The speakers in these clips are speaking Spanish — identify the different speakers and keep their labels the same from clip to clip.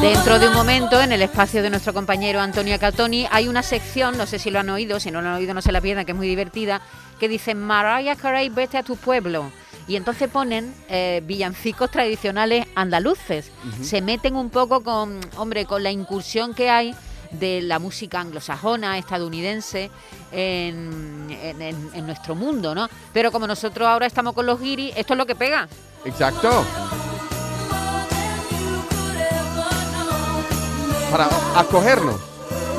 Speaker 1: Dentro de un momento, en el espacio de nuestro compañero Antonio Catoni, hay una sección, no sé si lo han oído, si no lo han oído no se la pierdan, que es muy divertida, que dice Mariah Carey, vete a tu pueblo. Y entonces ponen eh, villancicos tradicionales andaluces.
Speaker 2: Ujú.
Speaker 1: Se meten un poco con, hombre, con la incursión que hay de la música anglosajona, estadounidense, en, en- en- en nuestro mundo, ¿no? Pero como nosotros ahora estamos con los guiris, esto es lo que pega.
Speaker 2: Exacto. Para acogernos.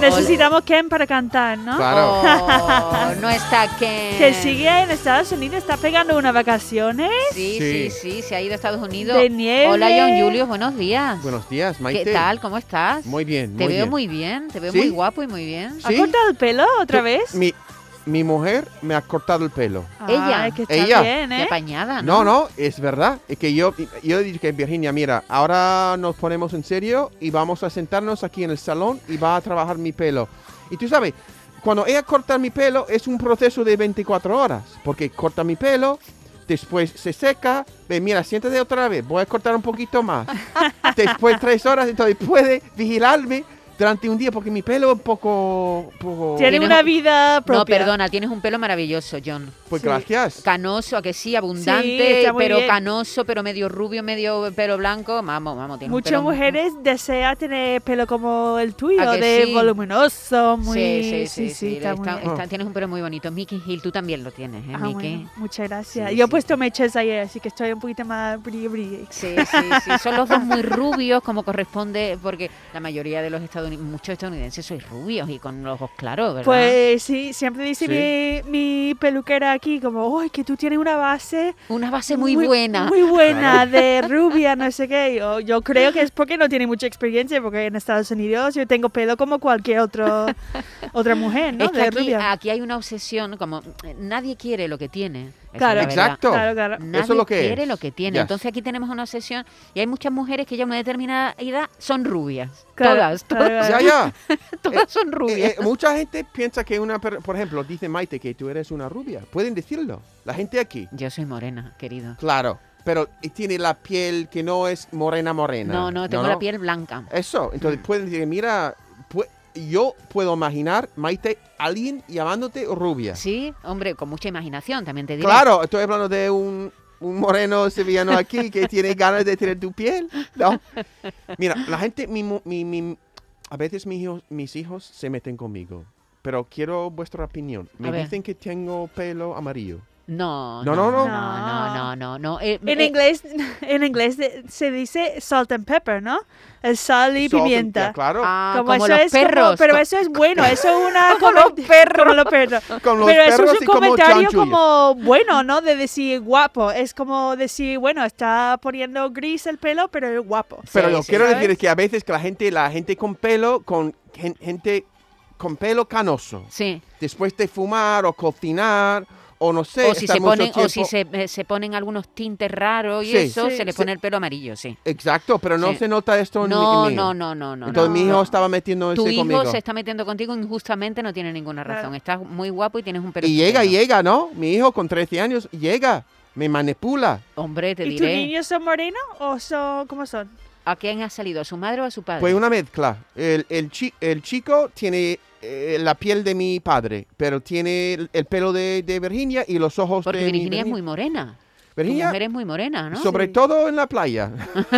Speaker 3: Necesitamos Ken para cantar, ¿no?
Speaker 2: Claro.
Speaker 1: Ah, Oh, no está que...
Speaker 3: Que sigue en Estados Unidos, está pegando unas vacaciones.
Speaker 1: Sí, sí,
Speaker 2: Sí.
Speaker 1: sí, se ha ido a Estados Unidos.
Speaker 3: De nieve.
Speaker 1: Hola, John Julius, buenos días.
Speaker 2: Buenos días, Maite.
Speaker 1: ¿Qué tal? ¿Cómo estás?
Speaker 2: Muy bien,
Speaker 1: Te
Speaker 2: muy
Speaker 1: veo
Speaker 2: bien.
Speaker 1: muy bien, te veo
Speaker 2: ¿Sí?
Speaker 1: muy guapo y muy bien.
Speaker 3: ¿Ha
Speaker 2: Sí.
Speaker 3: cortado el pelo otra
Speaker 2: Yo-
Speaker 3: vez?
Speaker 2: Mi, mi mujer me ha cortado el pelo.
Speaker 1: Ella.
Speaker 3: Ay, que está
Speaker 2: Ella.
Speaker 3: bien,
Speaker 1: Qué
Speaker 3: ¿eh?
Speaker 1: apañada, ¿no?
Speaker 2: No, no, es verdad. Es que yo, yo he dicho que Virginia, mira, ahora nos ponemos en serio y vamos a sentarnos aquí en el salón y va a trabajar mi pelo. Y tú sabes, cuando ella corta mi pelo es un proceso de 24 horas, porque corta mi pelo, después se seca, ve, mira, siéntate otra vez, voy a cortar un poquito más. después tres horas, entonces puede vigilarme durante un día, porque mi pelo es un poco... poco
Speaker 3: Tiene
Speaker 1: Tienes
Speaker 3: una
Speaker 1: un-
Speaker 3: vida
Speaker 1: No,
Speaker 3: propia.
Speaker 1: perdona, tienes un pelo maravilloso, John.
Speaker 2: pues
Speaker 3: sí.
Speaker 2: gracias.
Speaker 1: Canoso, a que sí,
Speaker 3: Sí,
Speaker 1: abundante,
Speaker 3: está muy
Speaker 1: pero
Speaker 3: bien.
Speaker 1: canoso, pero medio rubio, medio pelo blanco. Vamos, vamos, tienes un
Speaker 3: Muchas
Speaker 1: pelo-
Speaker 3: mujeres desean tener pelo como el tuyo,
Speaker 1: ¿A que
Speaker 3: de
Speaker 1: sí?
Speaker 3: voluminoso,
Speaker 1: Sí,
Speaker 3: muy...
Speaker 1: sí, sí, sí,
Speaker 3: está muy
Speaker 1: está-
Speaker 3: bien.
Speaker 1: está- tienes un pelo muy bonito. Mickey Hill, tú también lo tienes, ¿eh,
Speaker 3: Ah,
Speaker 1: Mickey?
Speaker 3: bueno, muchas gracias.
Speaker 1: Sí,
Speaker 3: Yo he
Speaker 1: sí.
Speaker 3: puesto mechas ayer, así que estoy un poquito más brilli brilli.
Speaker 1: Sí, sí, sí. Son los dos muy rubios, como corresponde, porque la mayoría de los estadounidenses, muchos estadounidenses sois rubios y con los ojos claros, ¿verdad?
Speaker 3: Pues sí, siempre dice
Speaker 2: Sí.
Speaker 3: Mi, mi peluquera aquí, como, ¡ay, que tú tienes una base
Speaker 1: Una base muy, buena.
Speaker 3: Muy buena, de rubia, no sé qué. Yo, yo creo que es porque no tiene mucha experiencia, porque en Estados Unidos yo tengo pelo como cualquier otro, otra mujer, ¿no?
Speaker 1: Es que
Speaker 3: de
Speaker 1: aquí, ah,
Speaker 3: rubia.
Speaker 1: aquí hay una obsesión, como eh, nadie quiere lo que tiene. Esa es
Speaker 3: Claro.
Speaker 1: la verdad.
Speaker 2: Exacto.
Speaker 3: Claro, claro.
Speaker 1: Nadie
Speaker 2: Eso es lo que
Speaker 1: quiere
Speaker 2: es.
Speaker 1: lo que tiene.
Speaker 2: Yes.
Speaker 1: Entonces aquí tenemos una obsesión y hay muchas mujeres que ya a una determinada edad son rubias.
Speaker 3: Claro,
Speaker 1: todas,
Speaker 3: claro,
Speaker 1: todas,
Speaker 3: claro.
Speaker 2: Ya, ya.
Speaker 1: todas son
Speaker 2: Eh,
Speaker 1: rubias.
Speaker 2: eh, mucha gente piensa que una, per- por ejemplo, dice Maite que tú eres una rubia. Pueden decirlo. La gente aquí.
Speaker 1: Yo soy morena, querido.
Speaker 2: Claro. Pero eh, tiene la piel que no es morena morena. Eh,
Speaker 1: No, no, tengo la piel blanca.
Speaker 2: Eso. Entonces
Speaker 1: Mm.
Speaker 2: pueden decir, mira, pu- yo puedo imaginar, Maite, alguien llamándote rubia.
Speaker 1: Sí, hombre, con mucha imaginación, también te digo.
Speaker 2: Claro, estoy hablando de un, un moreno sevillano aquí que tiene ganas de tener tu piel. No. Mira, la gente, mi, mu- mi- mi- a veces mis hijos, mis hijos se meten conmigo, pero quiero vuestra opinión. Me
Speaker 1: A ver.
Speaker 2: dicen que tengo pelo amarillo.
Speaker 1: No, no,
Speaker 2: No,
Speaker 1: no,
Speaker 2: no,
Speaker 1: no,
Speaker 2: no.
Speaker 1: no, no, no. Eh,
Speaker 3: En
Speaker 1: eh,
Speaker 3: inglés, en inglés de- se dice salt and pepper, ¿no? El sal y
Speaker 2: Salt and-
Speaker 3: pimienta.
Speaker 2: ya, Claro,
Speaker 1: ah,
Speaker 3: Como,
Speaker 1: como,
Speaker 3: eso
Speaker 1: los
Speaker 3: es como-
Speaker 1: perros.
Speaker 3: pero
Speaker 1: co-
Speaker 3: eso es bueno, eso es una como, como los perros.
Speaker 2: con los
Speaker 3: Pero eso
Speaker 2: perros
Speaker 3: es un
Speaker 2: y como
Speaker 3: comentario
Speaker 2: chanchullos.
Speaker 3: como bueno, ¿no? De decir guapo. Es como decir, bueno, está poniendo gris el pelo, pero es guapo.
Speaker 2: Pero
Speaker 1: Sí,
Speaker 2: lo
Speaker 1: sí.
Speaker 2: que quiero
Speaker 3: ¿Sabes?
Speaker 2: decir es que a veces que la gente, la gente con pelo, con gen- gente con pelo canoso,
Speaker 1: Sí,
Speaker 2: después de fumar o cocinar o no sé,
Speaker 1: o si,
Speaker 2: estar
Speaker 1: se
Speaker 2: mucho
Speaker 1: ponen, o si
Speaker 2: tiempo-
Speaker 1: se, eh, se ponen algunos tintes raros y
Speaker 2: Sí.
Speaker 1: eso,
Speaker 3: Sí,
Speaker 1: se les
Speaker 2: sí.
Speaker 1: pone el pelo amarillo, sí.
Speaker 2: Exacto, pero no
Speaker 1: Sí.
Speaker 2: se nota esto en
Speaker 1: No,
Speaker 2: mí- en mí.
Speaker 1: no, no, no, no.
Speaker 2: Entonces
Speaker 1: no.
Speaker 2: mi
Speaker 1: No.
Speaker 2: hijo estaba metiendo ese
Speaker 1: Tu hijo
Speaker 2: conmigo.
Speaker 1: se está metiendo contigo injustamente, no tiene ninguna
Speaker 3: Claro.
Speaker 1: razón. Estás muy guapo y tienes un pelo.
Speaker 2: Y llega,
Speaker 1: estupendo.
Speaker 2: llega, ¿no? Mi hijo con 13 años llega, me manipula.
Speaker 1: Hombre, te
Speaker 3: ¿Y tus
Speaker 1: diré.
Speaker 3: niños son morenos o son cómo son?
Speaker 1: ¿A quién ha salido? ¿A su madre o a su padre?
Speaker 2: Pues una mezcla. El, el, chi- el chico tiene eh, la piel de mi padre, pero tiene el, el pelo de, de Virginia y los ojos
Speaker 1: Porque
Speaker 2: de mi
Speaker 1: Virginia es
Speaker 2: Virgi-
Speaker 1: muy morena. Tu
Speaker 2: Virginia,
Speaker 1: mujer es muy morena, ¿no?
Speaker 2: sobre
Speaker 3: Sí.
Speaker 2: todo en la playa,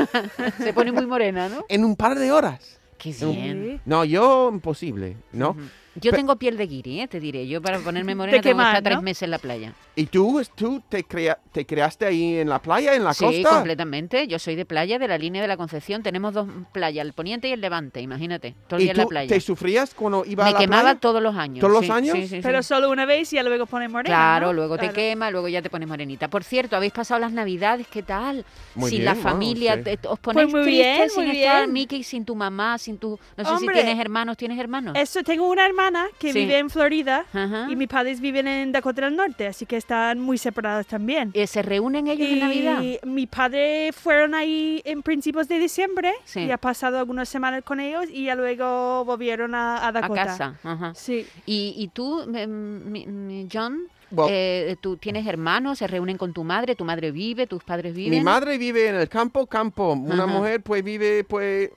Speaker 1: Se pone muy morena, ¿no?
Speaker 2: en un par de horas.
Speaker 1: Qué bien.
Speaker 3: Sí.
Speaker 2: No, yo imposible, ¿no?
Speaker 1: Ujú. Yo
Speaker 2: Pe-
Speaker 1: tengo piel de guiri, ¿eh? te diré. Yo para ponerme morena tengo que
Speaker 3: quemas,
Speaker 1: estar tres
Speaker 3: ¿no?
Speaker 1: meses en la playa.
Speaker 2: ¿Y tú, tú te, crea- te creaste ahí en la playa, en la
Speaker 1: sí,
Speaker 2: costa?
Speaker 1: completamente. Yo soy de playa, de la línea de la Concepción. Tenemos dos playas, el poniente y el levante, imagínate. Todo el
Speaker 2: ¿Y
Speaker 1: día en la
Speaker 2: tú
Speaker 1: playa.
Speaker 2: te sufrías cuando iba a
Speaker 1: Me
Speaker 2: la
Speaker 1: quemaba
Speaker 2: playa?
Speaker 1: todos los años.
Speaker 2: ¿Todos los
Speaker 1: sí,
Speaker 2: años?
Speaker 1: sí, sí, sí.
Speaker 3: Pero solo una vez y ya luego ponen moreno.
Speaker 1: Claro,
Speaker 3: ¿no?
Speaker 1: luego
Speaker 3: Claro.
Speaker 1: te quema, luego ya te pones morenita. Por cierto, habéis pasado las navidades, ¿qué tal?
Speaker 2: Muy
Speaker 1: sin
Speaker 2: bien,
Speaker 1: la
Speaker 2: wow,
Speaker 1: familia,
Speaker 2: sí.
Speaker 1: te- os ponéis
Speaker 3: Pues muy
Speaker 1: tristes
Speaker 3: bien,
Speaker 1: sin
Speaker 3: muy
Speaker 1: estar
Speaker 3: bien.
Speaker 1: Mickey, sin tu mamá, sin tu... No sé si
Speaker 3: Hombre.
Speaker 1: tienes hermanos, ¿tienes hermanos?
Speaker 3: Eso tengo una hermana que
Speaker 1: Sí. Ah.
Speaker 3: vive en Florida
Speaker 1: Ajá.
Speaker 3: y mis padres viven en Dakota del Norte, así que están muy separados también.
Speaker 1: Eh, ¿Se reúnen ellos en Navidad?
Speaker 3: Y mi padre fueron ahí en principios de diciembre
Speaker 1: Sí.
Speaker 3: y ha pasado algunas semanas con ellos y ya luego volvieron a, a
Speaker 1: A
Speaker 3: Dakota.
Speaker 1: casa. Ajá.
Speaker 3: Sí.
Speaker 1: ¿Y, y tú, mm, mm, mm, John?
Speaker 2: Bueno.
Speaker 1: eh, ¿Tú tienes hermanos? ¿Se reúnen con tu madre? ¿Tu madre vive? ¿Tus padres viven?
Speaker 2: Mi madre vive en el campo, campo. Una
Speaker 1: Ajá.
Speaker 2: mujer pues vive pues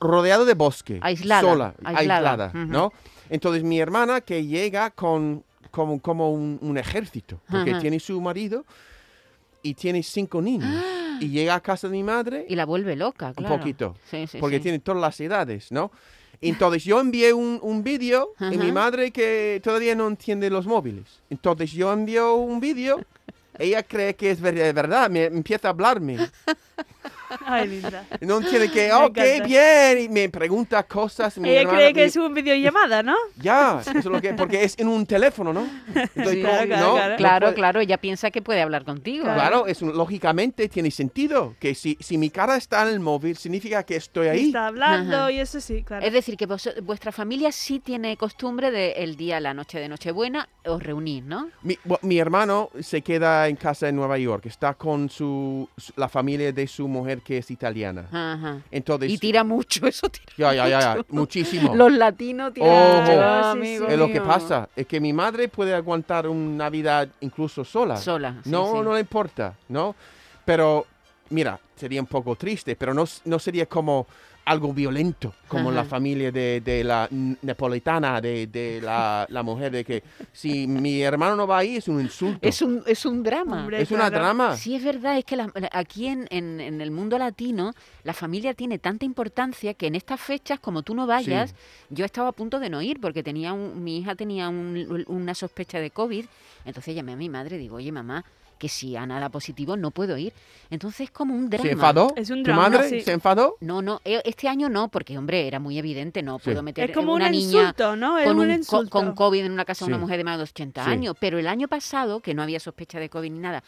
Speaker 2: rodeada de bosque.
Speaker 1: Aislada,
Speaker 2: Sola,
Speaker 1: aislada,
Speaker 2: aislada,
Speaker 1: ujú.
Speaker 2: ¿no? Entonces mi hermana que llega con como, como un, un ejército, porque
Speaker 1: Ajá.
Speaker 2: tiene su marido y tiene cinco niños. Y llega a casa de mi
Speaker 1: Ah.
Speaker 2: madre
Speaker 1: Y la vuelve loca, claro.
Speaker 2: poquito,
Speaker 1: Sí, sí,
Speaker 2: porque
Speaker 1: sí.
Speaker 2: tiene todas las edades, ¿no? Entonces yo envié un, un vídeo y mi
Speaker 1: Ajá.
Speaker 2: madre que todavía no entiende los móviles. Entonces yo envío un vídeo, ella cree que es ver- verdad, me empieza a hablarme.
Speaker 3: Ay, linda.
Speaker 2: No entiende que,
Speaker 3: Me
Speaker 2: oh,
Speaker 3: encanta.
Speaker 2: qué bien, y me pregunta cosas. mi
Speaker 3: Ella
Speaker 2: hermana-
Speaker 3: cree que
Speaker 2: mi-
Speaker 3: es un videollamada, ¿no?
Speaker 2: Ya, eso es lo que, porque es en un teléfono, ¿no? Entonces,
Speaker 1: Sí.
Speaker 2: como,
Speaker 3: Claro, claro,
Speaker 2: no,
Speaker 3: claro.
Speaker 2: no
Speaker 1: Claro,
Speaker 2: puede-
Speaker 1: claro, ella piensa que puede hablar contigo.
Speaker 3: Claro.
Speaker 2: Claro, es un- lógicamente tiene sentido, que si, si mi cara está en el móvil, significa que estoy
Speaker 3: Y
Speaker 2: ahí.
Speaker 3: Está hablando
Speaker 1: Ajá.
Speaker 3: y eso sí, claro.
Speaker 1: Es decir, que vos- vuestra familia sí tiene costumbre de el día, la noche de Nochebuena, os reunís, ¿no?
Speaker 2: Mi, bu- mi hermano se queda en casa en Nueva York, está con su, su- la familia de su mujer que es italiana.
Speaker 1: Ajá.
Speaker 2: Entonces,
Speaker 1: Y tira mucho, eso tira.
Speaker 2: ya, ya, ya, ya,
Speaker 1: mucho.
Speaker 2: muchísimo.
Speaker 1: Los latinos tiran
Speaker 2: Oh. Ojo.
Speaker 1: mucho,
Speaker 3: Ah, sí,
Speaker 1: amigo
Speaker 2: es lo que
Speaker 1: mío.
Speaker 2: pasa, es que mi madre puede aguantar una Navidad incluso sola.
Speaker 1: Sola. sí,
Speaker 2: no,
Speaker 1: sí.
Speaker 2: no le importa, ¿no? Pero, mira, sería un poco triste, pero no, s- no sería como algo violento, como la
Speaker 1: Ajá.
Speaker 2: familia de, de la n- napolitana, de, de la, la mujer, de que si mi hermano no va ahí es un insulto.
Speaker 1: Es un, es un drama.
Speaker 3: Hombre,
Speaker 2: Es una
Speaker 3: claro.
Speaker 2: drama.
Speaker 1: Sí, es verdad, es que la- la- aquí en, en- en el mundo latino la familia tiene tanta importancia que en estas fechas, como tú no vayas,
Speaker 2: Sí.
Speaker 1: yo estaba a punto de no ir porque tenía un- mi hija tenía un- una sospecha de COVID, entonces llamé a mi madre y digo, oye mamá, que si Ana da positivo no puedo ir. Entonces es como un drama.
Speaker 2: ¿Se enfadó?
Speaker 3: Es un
Speaker 2: ¿Tu
Speaker 3: drama,
Speaker 2: madre
Speaker 3: sí.
Speaker 2: se enfadó?
Speaker 1: No, no, e- este año no, porque hombre, era muy evidente, no
Speaker 2: Sí.
Speaker 1: puedo meter
Speaker 3: Es como
Speaker 1: una
Speaker 3: un
Speaker 1: niña
Speaker 3: insulto, ¿no? Es
Speaker 1: con,
Speaker 3: un,
Speaker 1: un co-
Speaker 3: insulto.
Speaker 1: con COVID en una casa de una
Speaker 2: Sí.
Speaker 1: mujer de más de 80
Speaker 2: Sí.
Speaker 1: años. Pero el año pasado, que no había sospecha de COVID ni nada,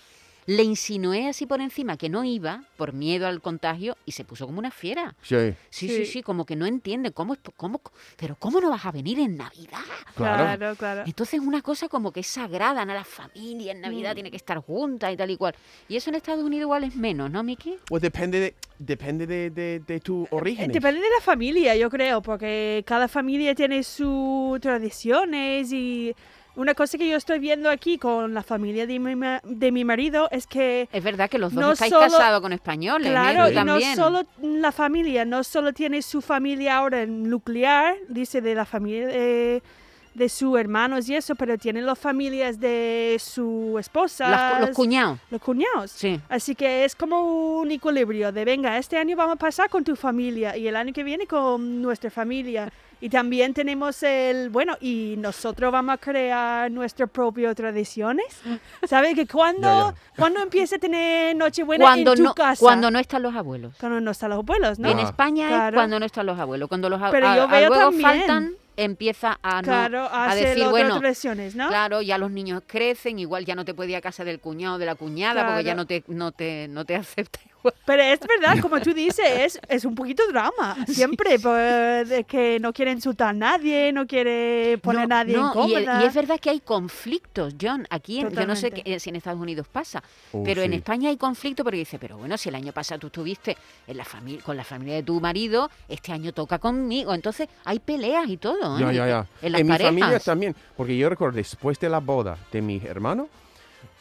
Speaker 1: le insinué así por encima que no iba por miedo al contagio y se puso como una fiera.
Speaker 2: Sí,
Speaker 1: Sí, sí, sí,
Speaker 3: Sí.
Speaker 1: como que no entiende cómo es, po- cómo, pero cómo no vas a venir en Navidad.
Speaker 2: claro.
Speaker 3: Claro, claro.
Speaker 1: Entonces una cosa como que es sagrada a la familia, en Navidad
Speaker 3: Mm.
Speaker 1: tiene que estar junta y tal y cual. Y eso en Estados Unidos igual es menos, ¿no, Miki?
Speaker 2: Pues depende de, depende de, de, de tu
Speaker 3: Eh,
Speaker 2: origen.
Speaker 3: Depende de la familia, yo creo, porque cada familia tiene sus tradiciones y una cosa que yo estoy viendo aquí con la familia de mi, ma- de mi marido es que,
Speaker 1: Es verdad que los dos
Speaker 3: No
Speaker 1: estáis
Speaker 3: solo-
Speaker 1: casados con españoles,
Speaker 3: claro,
Speaker 1: negro
Speaker 3: y no
Speaker 1: también.
Speaker 3: solo la familia, no solo tiene su familia ahora nuclear, dice de la familia de, de sus hermanos y eso, pero tiene las familias de su esposa,
Speaker 1: Las- los cuñados,
Speaker 3: los cuñados.
Speaker 1: sí.
Speaker 3: Así que es como un equilibrio de, venga, este año vamos a pasar con tu familia y el año que viene con nuestra familia. Y también tenemos el, bueno, y nosotros vamos a crear nuestras propias tradiciones. ¿Sabes? Que cuando,
Speaker 2: Ya,
Speaker 3: cuando empieza a tener Nochebuena
Speaker 1: Cuando
Speaker 3: en tu
Speaker 1: no,
Speaker 3: casa,
Speaker 1: cuando no están los abuelos.
Speaker 3: cuando no están los abuelos, ¿no?
Speaker 2: Ah.
Speaker 1: En España es
Speaker 3: Claro.
Speaker 1: cuando no están los abuelos. Cuando los a-
Speaker 3: Pero
Speaker 1: a-
Speaker 3: yo veo
Speaker 1: abuelos
Speaker 3: también.
Speaker 1: faltan, empieza a, Ah, no-
Speaker 3: claro,
Speaker 1: a
Speaker 3: hacer
Speaker 1: decir,
Speaker 3: otras
Speaker 1: bueno,
Speaker 3: tradiciones, ¿no?
Speaker 1: claro, ya los niños crecen, igual ya no te puede ir a casa del cuñado o de la cuñada porque ya
Speaker 3: Claro.
Speaker 1: no te, no te, no te acepta igual.
Speaker 3: Pero es verdad, como tú dices, es, es un poquito drama. Siempre, pues, de que no quiere insultar a nadie, no quiere poner a
Speaker 1: No,
Speaker 3: nadie
Speaker 1: no, y,
Speaker 3: incómoda.
Speaker 1: el- y es verdad que hay conflictos, John. Aquí, en- yo no sé
Speaker 3: Totalmente.
Speaker 1: qué- eh, si en Estados Unidos pasa,
Speaker 2: Oh,
Speaker 1: pero en
Speaker 2: sí.
Speaker 1: España hay conflicto porque dice, pero bueno, si el año pasado tú estuviste en la fami- con la familia de tu marido, este año toca conmigo. Entonces hay peleas y todo.
Speaker 2: Ya,
Speaker 1: ¿eh?
Speaker 2: ya, ya.
Speaker 1: En las
Speaker 2: mi familia
Speaker 1: parejas.
Speaker 2: también, porque yo recuerdo después de la boda de mi hermano,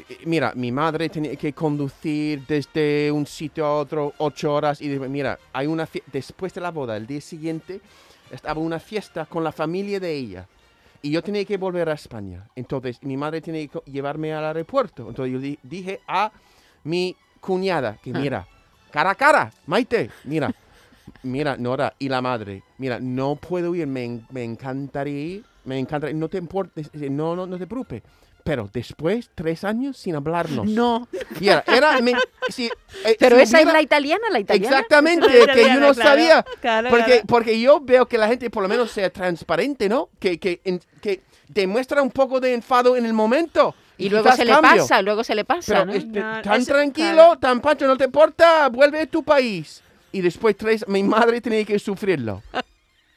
Speaker 2: eh, mira, mi madre tenía que conducir desde un sitio a otro ocho horas y después, mira, hay una fie- después de la boda, el día siguiente, estaba una fiesta con la familia de ella. Y yo tenía que volver a España. Entonces mi madre tenía que co- llevarme al aeropuerto. Entonces yo di- dije a mi cuñada que
Speaker 1: Ah.
Speaker 2: mira, cara a cara, Maite, mira, mira, Nora y la madre, mira, no puedo ir, me, en- me encantaría ir, me encantaría, no te importes, no, no, no te preocupes. Pero después, tres años sin hablarnos.
Speaker 1: No,
Speaker 2: Y era, era- me- si- eh,
Speaker 1: pero
Speaker 2: si
Speaker 1: esa es
Speaker 2: hubiera-
Speaker 1: la italiana, la italiana.
Speaker 2: Exactamente,
Speaker 3: Claro,
Speaker 2: que yo no
Speaker 3: claro,
Speaker 2: sabía.
Speaker 3: claro,
Speaker 2: Porque,
Speaker 3: claro.
Speaker 2: porque yo veo que la gente por lo menos sea transparente, ¿no? Que, que, en- que demuestra un poco de enfado en el momento.
Speaker 1: Y luego
Speaker 2: quizás
Speaker 1: se le
Speaker 2: cambio.
Speaker 1: pasa, luego se le pasa,
Speaker 2: Pero
Speaker 1: ¿no?
Speaker 2: este,
Speaker 3: No,
Speaker 2: tan
Speaker 3: eso-
Speaker 2: tranquilo,
Speaker 3: claro.
Speaker 2: tan pacho, no te importa, vuelve a tu país. Y después tres, mi madre tenía que sufrirlo.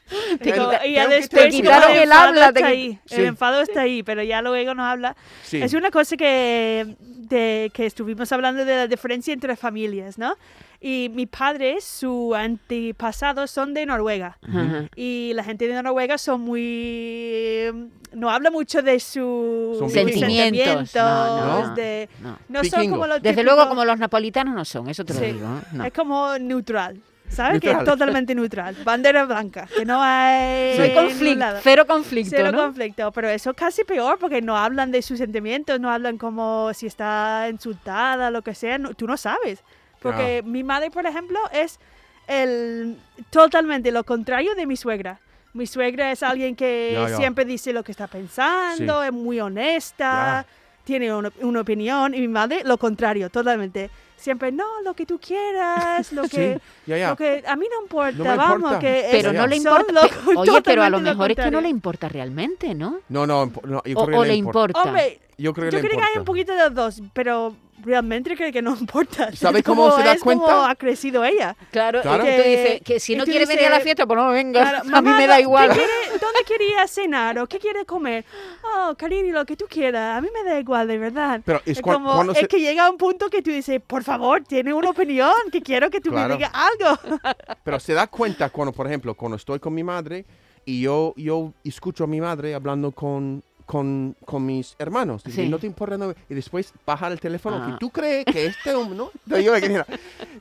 Speaker 1: Te
Speaker 3: Pero
Speaker 1: quita-
Speaker 3: ya
Speaker 2: tengo que
Speaker 3: después
Speaker 2: te
Speaker 1: quitaron
Speaker 3: como
Speaker 1: el habla, te
Speaker 3: Está
Speaker 1: qui-
Speaker 3: ahí.
Speaker 2: Sí.
Speaker 3: El enfado está ahí, pero ya luego nos habla.
Speaker 2: Sí.
Speaker 3: Es una cosa que, de- que estuvimos hablando de la diferencia entre familias, ¿no? Y mi padre, su antepasado son de Noruega.
Speaker 1: Ajá.
Speaker 3: Y la gente de Noruega son muy... mm, No habla mucho de sus
Speaker 2: Son
Speaker 1: Sentimientos. No, no, no.
Speaker 3: de-
Speaker 1: No.
Speaker 3: no son
Speaker 2: Vikingos.
Speaker 3: como los
Speaker 1: Desde
Speaker 3: típicos-
Speaker 1: luego, como los napolitanos no son, eso te lo
Speaker 3: Sí.
Speaker 1: digo. ¿eh? No.
Speaker 3: Es como neutral, ¿sabes? Que
Speaker 2: Neutral.
Speaker 3: es totalmente neutral. Bandera blanca, que no hay...
Speaker 1: No hay
Speaker 3: ningún
Speaker 1: conflicto,
Speaker 3: lado.
Speaker 1: cero conflicto,
Speaker 3: Cero
Speaker 1: ¿no?
Speaker 3: conflicto, pero eso es casi peor porque no hablan de sus sentimientos, no hablan como si está insultada, lo que sea, no- tú no sabes. Porque mi madre, por ejemplo, es el totalmente lo contrario de mi suegra. Mi suegra es alguien que
Speaker 2: Ya, ya.
Speaker 3: siempre dice lo que está pensando, es muy honesta, tiene una, una opinión, y mi madre lo contrario, totalmente. Siempre, no, lo que tú quieras, lo que...
Speaker 2: Sí, ya, ya.
Speaker 3: Lo que a mí no importa,
Speaker 2: No me
Speaker 3: vamos,
Speaker 2: importa.
Speaker 3: que
Speaker 1: Pero
Speaker 3: es-
Speaker 1: no le
Speaker 3: son
Speaker 1: importa.
Speaker 3: lo-
Speaker 1: pe- Oye, pero a lo
Speaker 3: totalmente
Speaker 1: mejor es que no
Speaker 3: contrario.
Speaker 1: le importa realmente, ¿no?
Speaker 2: No, no, impo- no, yo
Speaker 1: O,
Speaker 2: creo
Speaker 1: o
Speaker 2: que
Speaker 1: le
Speaker 2: le importa.
Speaker 1: importa.
Speaker 3: Hombre,
Speaker 2: Yo creo que
Speaker 3: yo
Speaker 2: le
Speaker 3: creo que hay un
Speaker 2: importa.
Speaker 3: poquito de los dos, pero realmente creo que no importa.
Speaker 2: ¿Sabes
Speaker 3: Es
Speaker 2: cómo
Speaker 3: como-
Speaker 2: se da
Speaker 3: es como
Speaker 2: cuenta?
Speaker 3: ha crecido ella.
Speaker 1: Claro,
Speaker 2: Claro.
Speaker 1: y que tú dices que si
Speaker 3: Y
Speaker 1: no
Speaker 3: tú
Speaker 1: quiere venir a la
Speaker 3: dices,
Speaker 1: fiesta, pues no venga.
Speaker 3: Claro,
Speaker 1: a mí
Speaker 3: "Mamá,
Speaker 1: me da
Speaker 3: ¿qué
Speaker 1: igual.
Speaker 3: quiere- ¿Dónde quería cenar o qué quiere comer? Oh, cariño, lo que tú quieras. A mí me da igual, de verdad.
Speaker 2: Pero es
Speaker 3: es,
Speaker 2: cuan-
Speaker 3: como-
Speaker 2: cuando
Speaker 3: es
Speaker 2: se-
Speaker 3: que llega un punto que tú dices, por favor, tiene una opinión, que quiero que tú
Speaker 2: Claro.
Speaker 3: me digas algo.
Speaker 2: Pero se da cuenta cuando, por ejemplo, cuando estoy con mi madre y yo, yo escucho a mi madre hablando con, con, con mis hermanos. Dice,
Speaker 1: Sí.
Speaker 2: no te importa. no- Y después bajar el teléfono.
Speaker 1: Ah.
Speaker 2: que tú crees que este hombre, ¿no? Entonces yo, me quedé,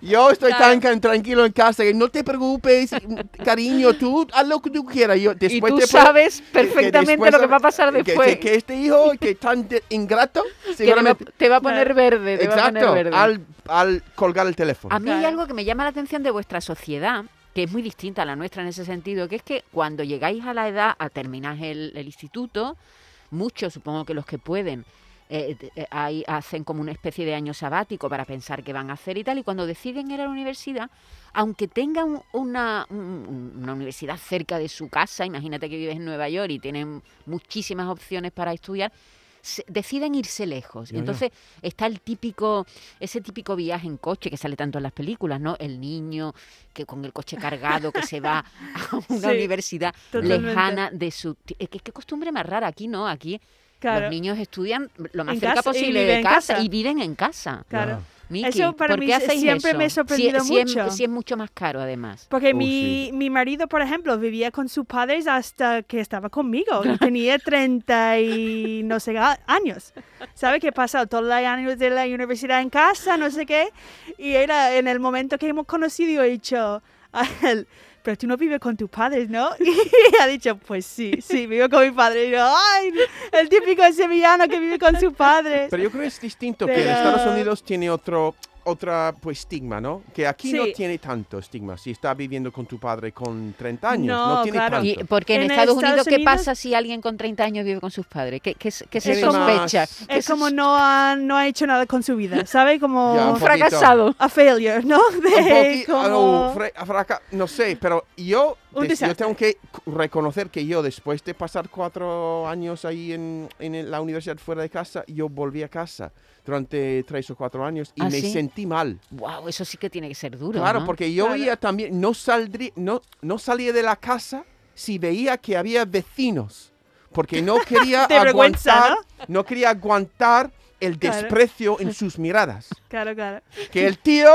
Speaker 2: yo estoy tan can- tranquilo en casa que no te preocupes, cariño, tú haz lo que tú quieras. Yo,
Speaker 1: Y
Speaker 2: después
Speaker 1: tú
Speaker 2: te puedo-
Speaker 1: sabes
Speaker 2: que- que
Speaker 1: perfectamente
Speaker 2: después
Speaker 1: lo que
Speaker 2: sabe-
Speaker 1: va a pasar
Speaker 2: que-
Speaker 1: después.
Speaker 2: Que, que este hijo, que tan de- ingrato,
Speaker 1: Que le va-
Speaker 2: seguramente.
Speaker 1: te va a poner
Speaker 3: Claro.
Speaker 1: verde, te va a poner
Speaker 2: Exacto,
Speaker 1: verde.
Speaker 2: al, al colgar el teléfono.
Speaker 1: A mí hay
Speaker 3: Claro.
Speaker 1: algo que me llama la atención de vuestra sociedad, que es muy distinta a la nuestra en ese sentido, que es que cuando llegáis a la edad, a terminar el, el instituto, muchos, supongo que los que pueden, eh, de- eh, hay- hacen como una especie de año sabático para pensar qué van a hacer y tal, y cuando deciden ir a la universidad, aunque tengan un- una, un- una universidad cerca de su casa, imagínate que vives en Nueva York y tienen muchísimas opciones para estudiar, se- deciden irse lejos.
Speaker 2: Ya, ya.
Speaker 1: Entonces está el típico, ese típico viaje en coche que sale tanto en las películas, ¿no? El niño que con el coche cargado que se va a una
Speaker 3: Sí,
Speaker 1: universidad
Speaker 3: totalmente.
Speaker 1: lejana de su... ti- eh, ¿Qué, qué costumbre más rara aquí, ¿no? Aquí
Speaker 3: Claro.
Speaker 1: los niños estudian lo más
Speaker 3: En
Speaker 1: cerca
Speaker 3: casa y
Speaker 1: posible
Speaker 3: viven
Speaker 1: de
Speaker 3: en
Speaker 1: casa,
Speaker 3: casa.
Speaker 1: y viven en casa.
Speaker 3: Claro.
Speaker 1: Miki,
Speaker 3: Eso para
Speaker 1: ¿por
Speaker 3: mí
Speaker 1: qué
Speaker 3: se-
Speaker 1: hacéis
Speaker 3: siempre
Speaker 1: eso?
Speaker 3: me ha sorprendido
Speaker 1: si, si es-
Speaker 3: mucho.
Speaker 1: si es mucho más caro, además.
Speaker 3: Porque
Speaker 2: Oh,
Speaker 3: mi, mi marido, por ejemplo, vivía con sus padres hasta que estaba conmigo. Y tenía 30 y no sé a- años. ¿Sabe qué pasado Todos los años de la universidad en casa, no sé qué. Y era en el momento que hemos conocido, he dicho a él, pero tú no vives con tus padres, ¿no? Y ha dicho, pues sí, sí, vivo con mis padres. Y yo, ay, el típico sevillano que vive con sus padres.
Speaker 2: Pero yo creo que es distinto, que en
Speaker 3: Pero-
Speaker 2: Estados Unidos tiene otro otra pues estigma, ¿no? Que aquí no
Speaker 3: Sí.
Speaker 2: tiene tanto estigma. Si está viviendo con tu padre con 30 años, no,
Speaker 3: No,
Speaker 2: tiene
Speaker 3: claro.
Speaker 2: tanto.
Speaker 1: Y- porque en,
Speaker 3: En
Speaker 1: Estados,
Speaker 3: Estados
Speaker 1: Unidos, ¿qué
Speaker 3: Unidos-
Speaker 1: pasa si alguien con 30 años vive con sus padres? ¿Qué, qué se- qué se
Speaker 3: Es como-
Speaker 1: sospecha? ¿Qué
Speaker 3: Es
Speaker 1: se
Speaker 3: como no ha, no ha hecho nada con su vida, ¿sabe? Como...
Speaker 2: Ya, un
Speaker 1: Un fracasado.
Speaker 3: a failure, ¿no? De
Speaker 2: Un poqui-
Speaker 3: como-
Speaker 2: oh, fra- fraca- no sé, pero yo,
Speaker 3: Un
Speaker 2: des- yo
Speaker 3: desastre.
Speaker 2: tengo que c- reconocer que yo después de pasar cuatro años ahí en, en la universidad fuera de casa, yo volví a casa durante tres o cuatro años y
Speaker 1: ¿Ah,
Speaker 2: me
Speaker 1: sí?
Speaker 2: sentí mal.
Speaker 1: Wow, eso sí que tiene que ser duro.
Speaker 2: Claro,
Speaker 1: ¿no?
Speaker 2: porque yo
Speaker 3: Claro.
Speaker 2: veía también, no, saldrí, no, no salía de la casa si veía que había vecinos, porque no quería
Speaker 3: De vergüenza,
Speaker 2: aguantar, ¿no? quería aguantar el
Speaker 3: Claro.
Speaker 2: desprecio en sus miradas.
Speaker 3: Claro, claro.
Speaker 2: Que el tío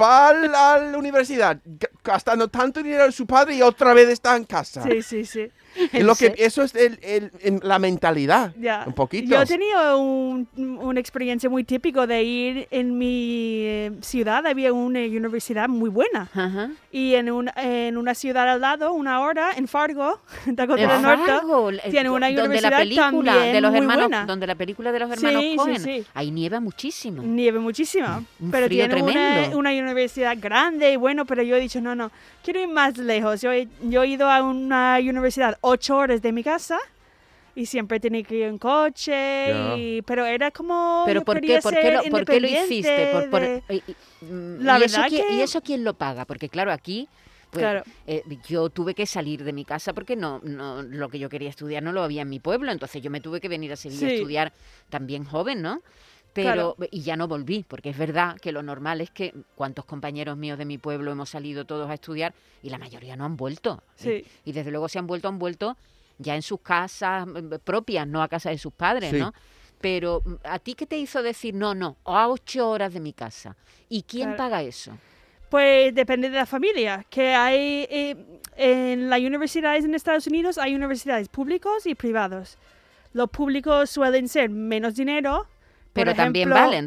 Speaker 2: va al- a la universidad g- gastando tanto dinero de su padre y otra vez está en casa.
Speaker 3: Sí, sí, sí.
Speaker 2: Y lo que,
Speaker 1: Sí.
Speaker 2: eso es el- el- el- la mentalidad,
Speaker 3: Ya.
Speaker 2: un poquito.
Speaker 3: Yo he tenido un- una experiencia muy típica de ir en mi eh, ciudad, había una universidad muy buena.
Speaker 1: Ajá.
Speaker 3: Y en, un- en una ciudad al lado, una hora, en Fargo, en Dakota
Speaker 1: El
Speaker 3: del Norte.
Speaker 1: Fargo, el-
Speaker 3: tiene una
Speaker 1: donde la
Speaker 3: universidad
Speaker 1: película
Speaker 3: también
Speaker 1: de los
Speaker 3: muy
Speaker 1: hermanos,
Speaker 3: buena.
Speaker 1: donde la película de los hermanos
Speaker 3: Sí, sí,
Speaker 1: Cohen,
Speaker 3: sí.
Speaker 1: ahí nieva muchísimo.
Speaker 3: Nieve muchísima.
Speaker 1: Un
Speaker 3: pero
Speaker 1: frío
Speaker 3: tiene una,
Speaker 1: tremendo.
Speaker 3: una universidad grande y bueno, pero yo he dicho, no, no, quiero ir más lejos. Yo he, yo he ido a una universidad ocho horas de mi casa y siempre tenía que ir en coche,
Speaker 2: Ya.
Speaker 3: y- pero era como...
Speaker 1: Pero
Speaker 3: yo
Speaker 1: ¿por qué,
Speaker 3: quería
Speaker 1: por qué
Speaker 3: ser
Speaker 1: lo, por qué lo
Speaker 3: independiente
Speaker 1: hiciste? Por- por-
Speaker 3: de-
Speaker 1: y- y- mm,
Speaker 3: La
Speaker 1: ¿y eso
Speaker 3: verdad
Speaker 1: quién-
Speaker 3: que-
Speaker 1: ¿Y eso quién lo paga? Porque claro, aquí... pues,
Speaker 3: Claro.
Speaker 1: eh, yo tuve que salir de mi casa porque no, no lo que yo quería estudiar no lo había en mi pueblo, entonces yo me tuve que venir a Sevilla a
Speaker 3: Sí.
Speaker 1: estudiar también joven, ¿no? Pero,
Speaker 3: Claro.
Speaker 1: y ya no volví, porque es verdad que lo normal es que cuantos compañeros míos de mi pueblo hemos salido todos a estudiar y la mayoría no han vuelto.
Speaker 3: Sí.
Speaker 1: Y, y desde luego si han vuelto, han vuelto ya en sus casas mm, propias, no a casa de sus padres,
Speaker 2: Sí.
Speaker 1: ¿no? Pero mm, ¿a ti qué te hizo decir no, no, a ocho horas de mi casa? ¿Y quién
Speaker 3: Claro.
Speaker 1: paga eso?
Speaker 3: Pues depende de la familia, que hay eh, en las universidades en Estados Unidos hay universidades públicos y privados. Los públicos suelen ser menos dinero, por
Speaker 1: Pero también
Speaker 3: ejemplo,
Speaker 1: valen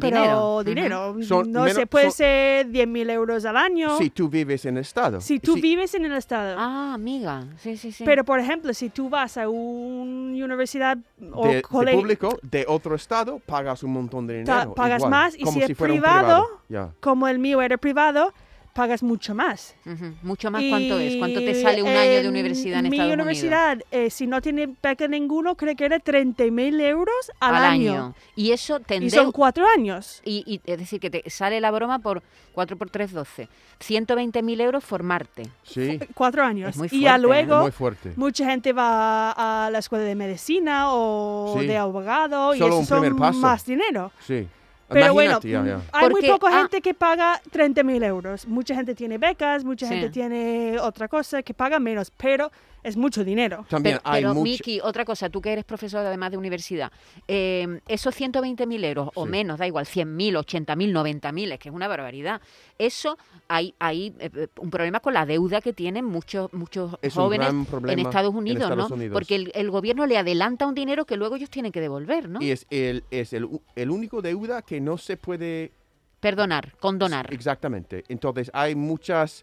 Speaker 1: dinero.
Speaker 3: pero dinero.
Speaker 2: Son
Speaker 3: no
Speaker 2: menos-
Speaker 3: sé, puede
Speaker 2: son-
Speaker 3: ser 10.000 euros al año.
Speaker 2: Si tú vives en el estado.
Speaker 3: Si tú
Speaker 2: Sí,
Speaker 3: vives en el estado.
Speaker 1: Ah, amiga, sí, sí, sí.
Speaker 3: Pero, por ejemplo, si tú vas a una universidad o
Speaker 2: de, de
Speaker 3: colegio,
Speaker 2: público de otro estado pagas un montón de
Speaker 3: Ta-
Speaker 2: dinero.
Speaker 3: pagas
Speaker 2: igual,
Speaker 3: más, y
Speaker 2: como
Speaker 3: si es
Speaker 2: fuera un
Speaker 3: privado,
Speaker 2: Ya.
Speaker 3: como el mío era privado, pagas mucho más.
Speaker 1: Ujú, Mucho más, ¿cuánto es? ¿Cuánto te
Speaker 3: Y
Speaker 1: sale un año de
Speaker 3: en
Speaker 1: universidad en
Speaker 3: mi
Speaker 1: Estados Unidos?
Speaker 3: universidad, eh, si no tiene beca ninguno, creo que era 30.000 euros al, año.
Speaker 1: Y eso te
Speaker 3: Y son
Speaker 1: endeu-
Speaker 3: cuatro años.
Speaker 1: Y, y es decir, que te sale la broma por 4 por 3, 12. 120.000 euros formarte.
Speaker 2: Sí.
Speaker 3: Cuatro años.
Speaker 1: muy
Speaker 3: y ya
Speaker 1: fuerte, ¿eh?
Speaker 2: Es
Speaker 1: Luego-
Speaker 3: luego
Speaker 2: muy fuerte.
Speaker 3: mucha gente va a la escuela de medicina o
Speaker 2: Sí.
Speaker 3: de abogado y
Speaker 2: Solo
Speaker 3: eso
Speaker 2: un
Speaker 3: son
Speaker 2: primer paso.
Speaker 3: más dinero.
Speaker 2: Sí.
Speaker 3: Pero
Speaker 2: Imagínate,
Speaker 3: bueno,
Speaker 2: ya,
Speaker 3: mm,
Speaker 2: ya.
Speaker 3: hay
Speaker 1: Porque-
Speaker 3: muy poca
Speaker 1: ah.
Speaker 3: gente que paga 30.000 euros. Mucha gente tiene becas, mucha
Speaker 1: Sí.
Speaker 3: gente tiene otra cosa que paga menos, pero es mucho dinero.
Speaker 2: También
Speaker 1: Pero,
Speaker 2: hay
Speaker 1: pero,
Speaker 2: mucho.
Speaker 1: Miki, otra cosa, tú que eres profesor además de universidad, eh, esos 120.000 euros o
Speaker 2: Sí.
Speaker 1: menos, da igual, 100.000, 80.000, 90.000, es que es una barbaridad. Eso, hay, hay eh, eh, un problema con la deuda que tienen muchos, muchos
Speaker 2: Es un
Speaker 1: jóvenes
Speaker 2: gran problema
Speaker 1: en Estados
Speaker 2: en
Speaker 1: Unidos,
Speaker 2: Estados
Speaker 1: ¿no?
Speaker 2: Unidos.
Speaker 1: Porque el, el gobierno le adelanta un dinero que luego ellos tienen que devolver, ¿no?
Speaker 2: Y es el, es el, u- el único deuda que no se puede
Speaker 1: Perdonar, condonar.
Speaker 2: Exactamente. Entonces hay muchas,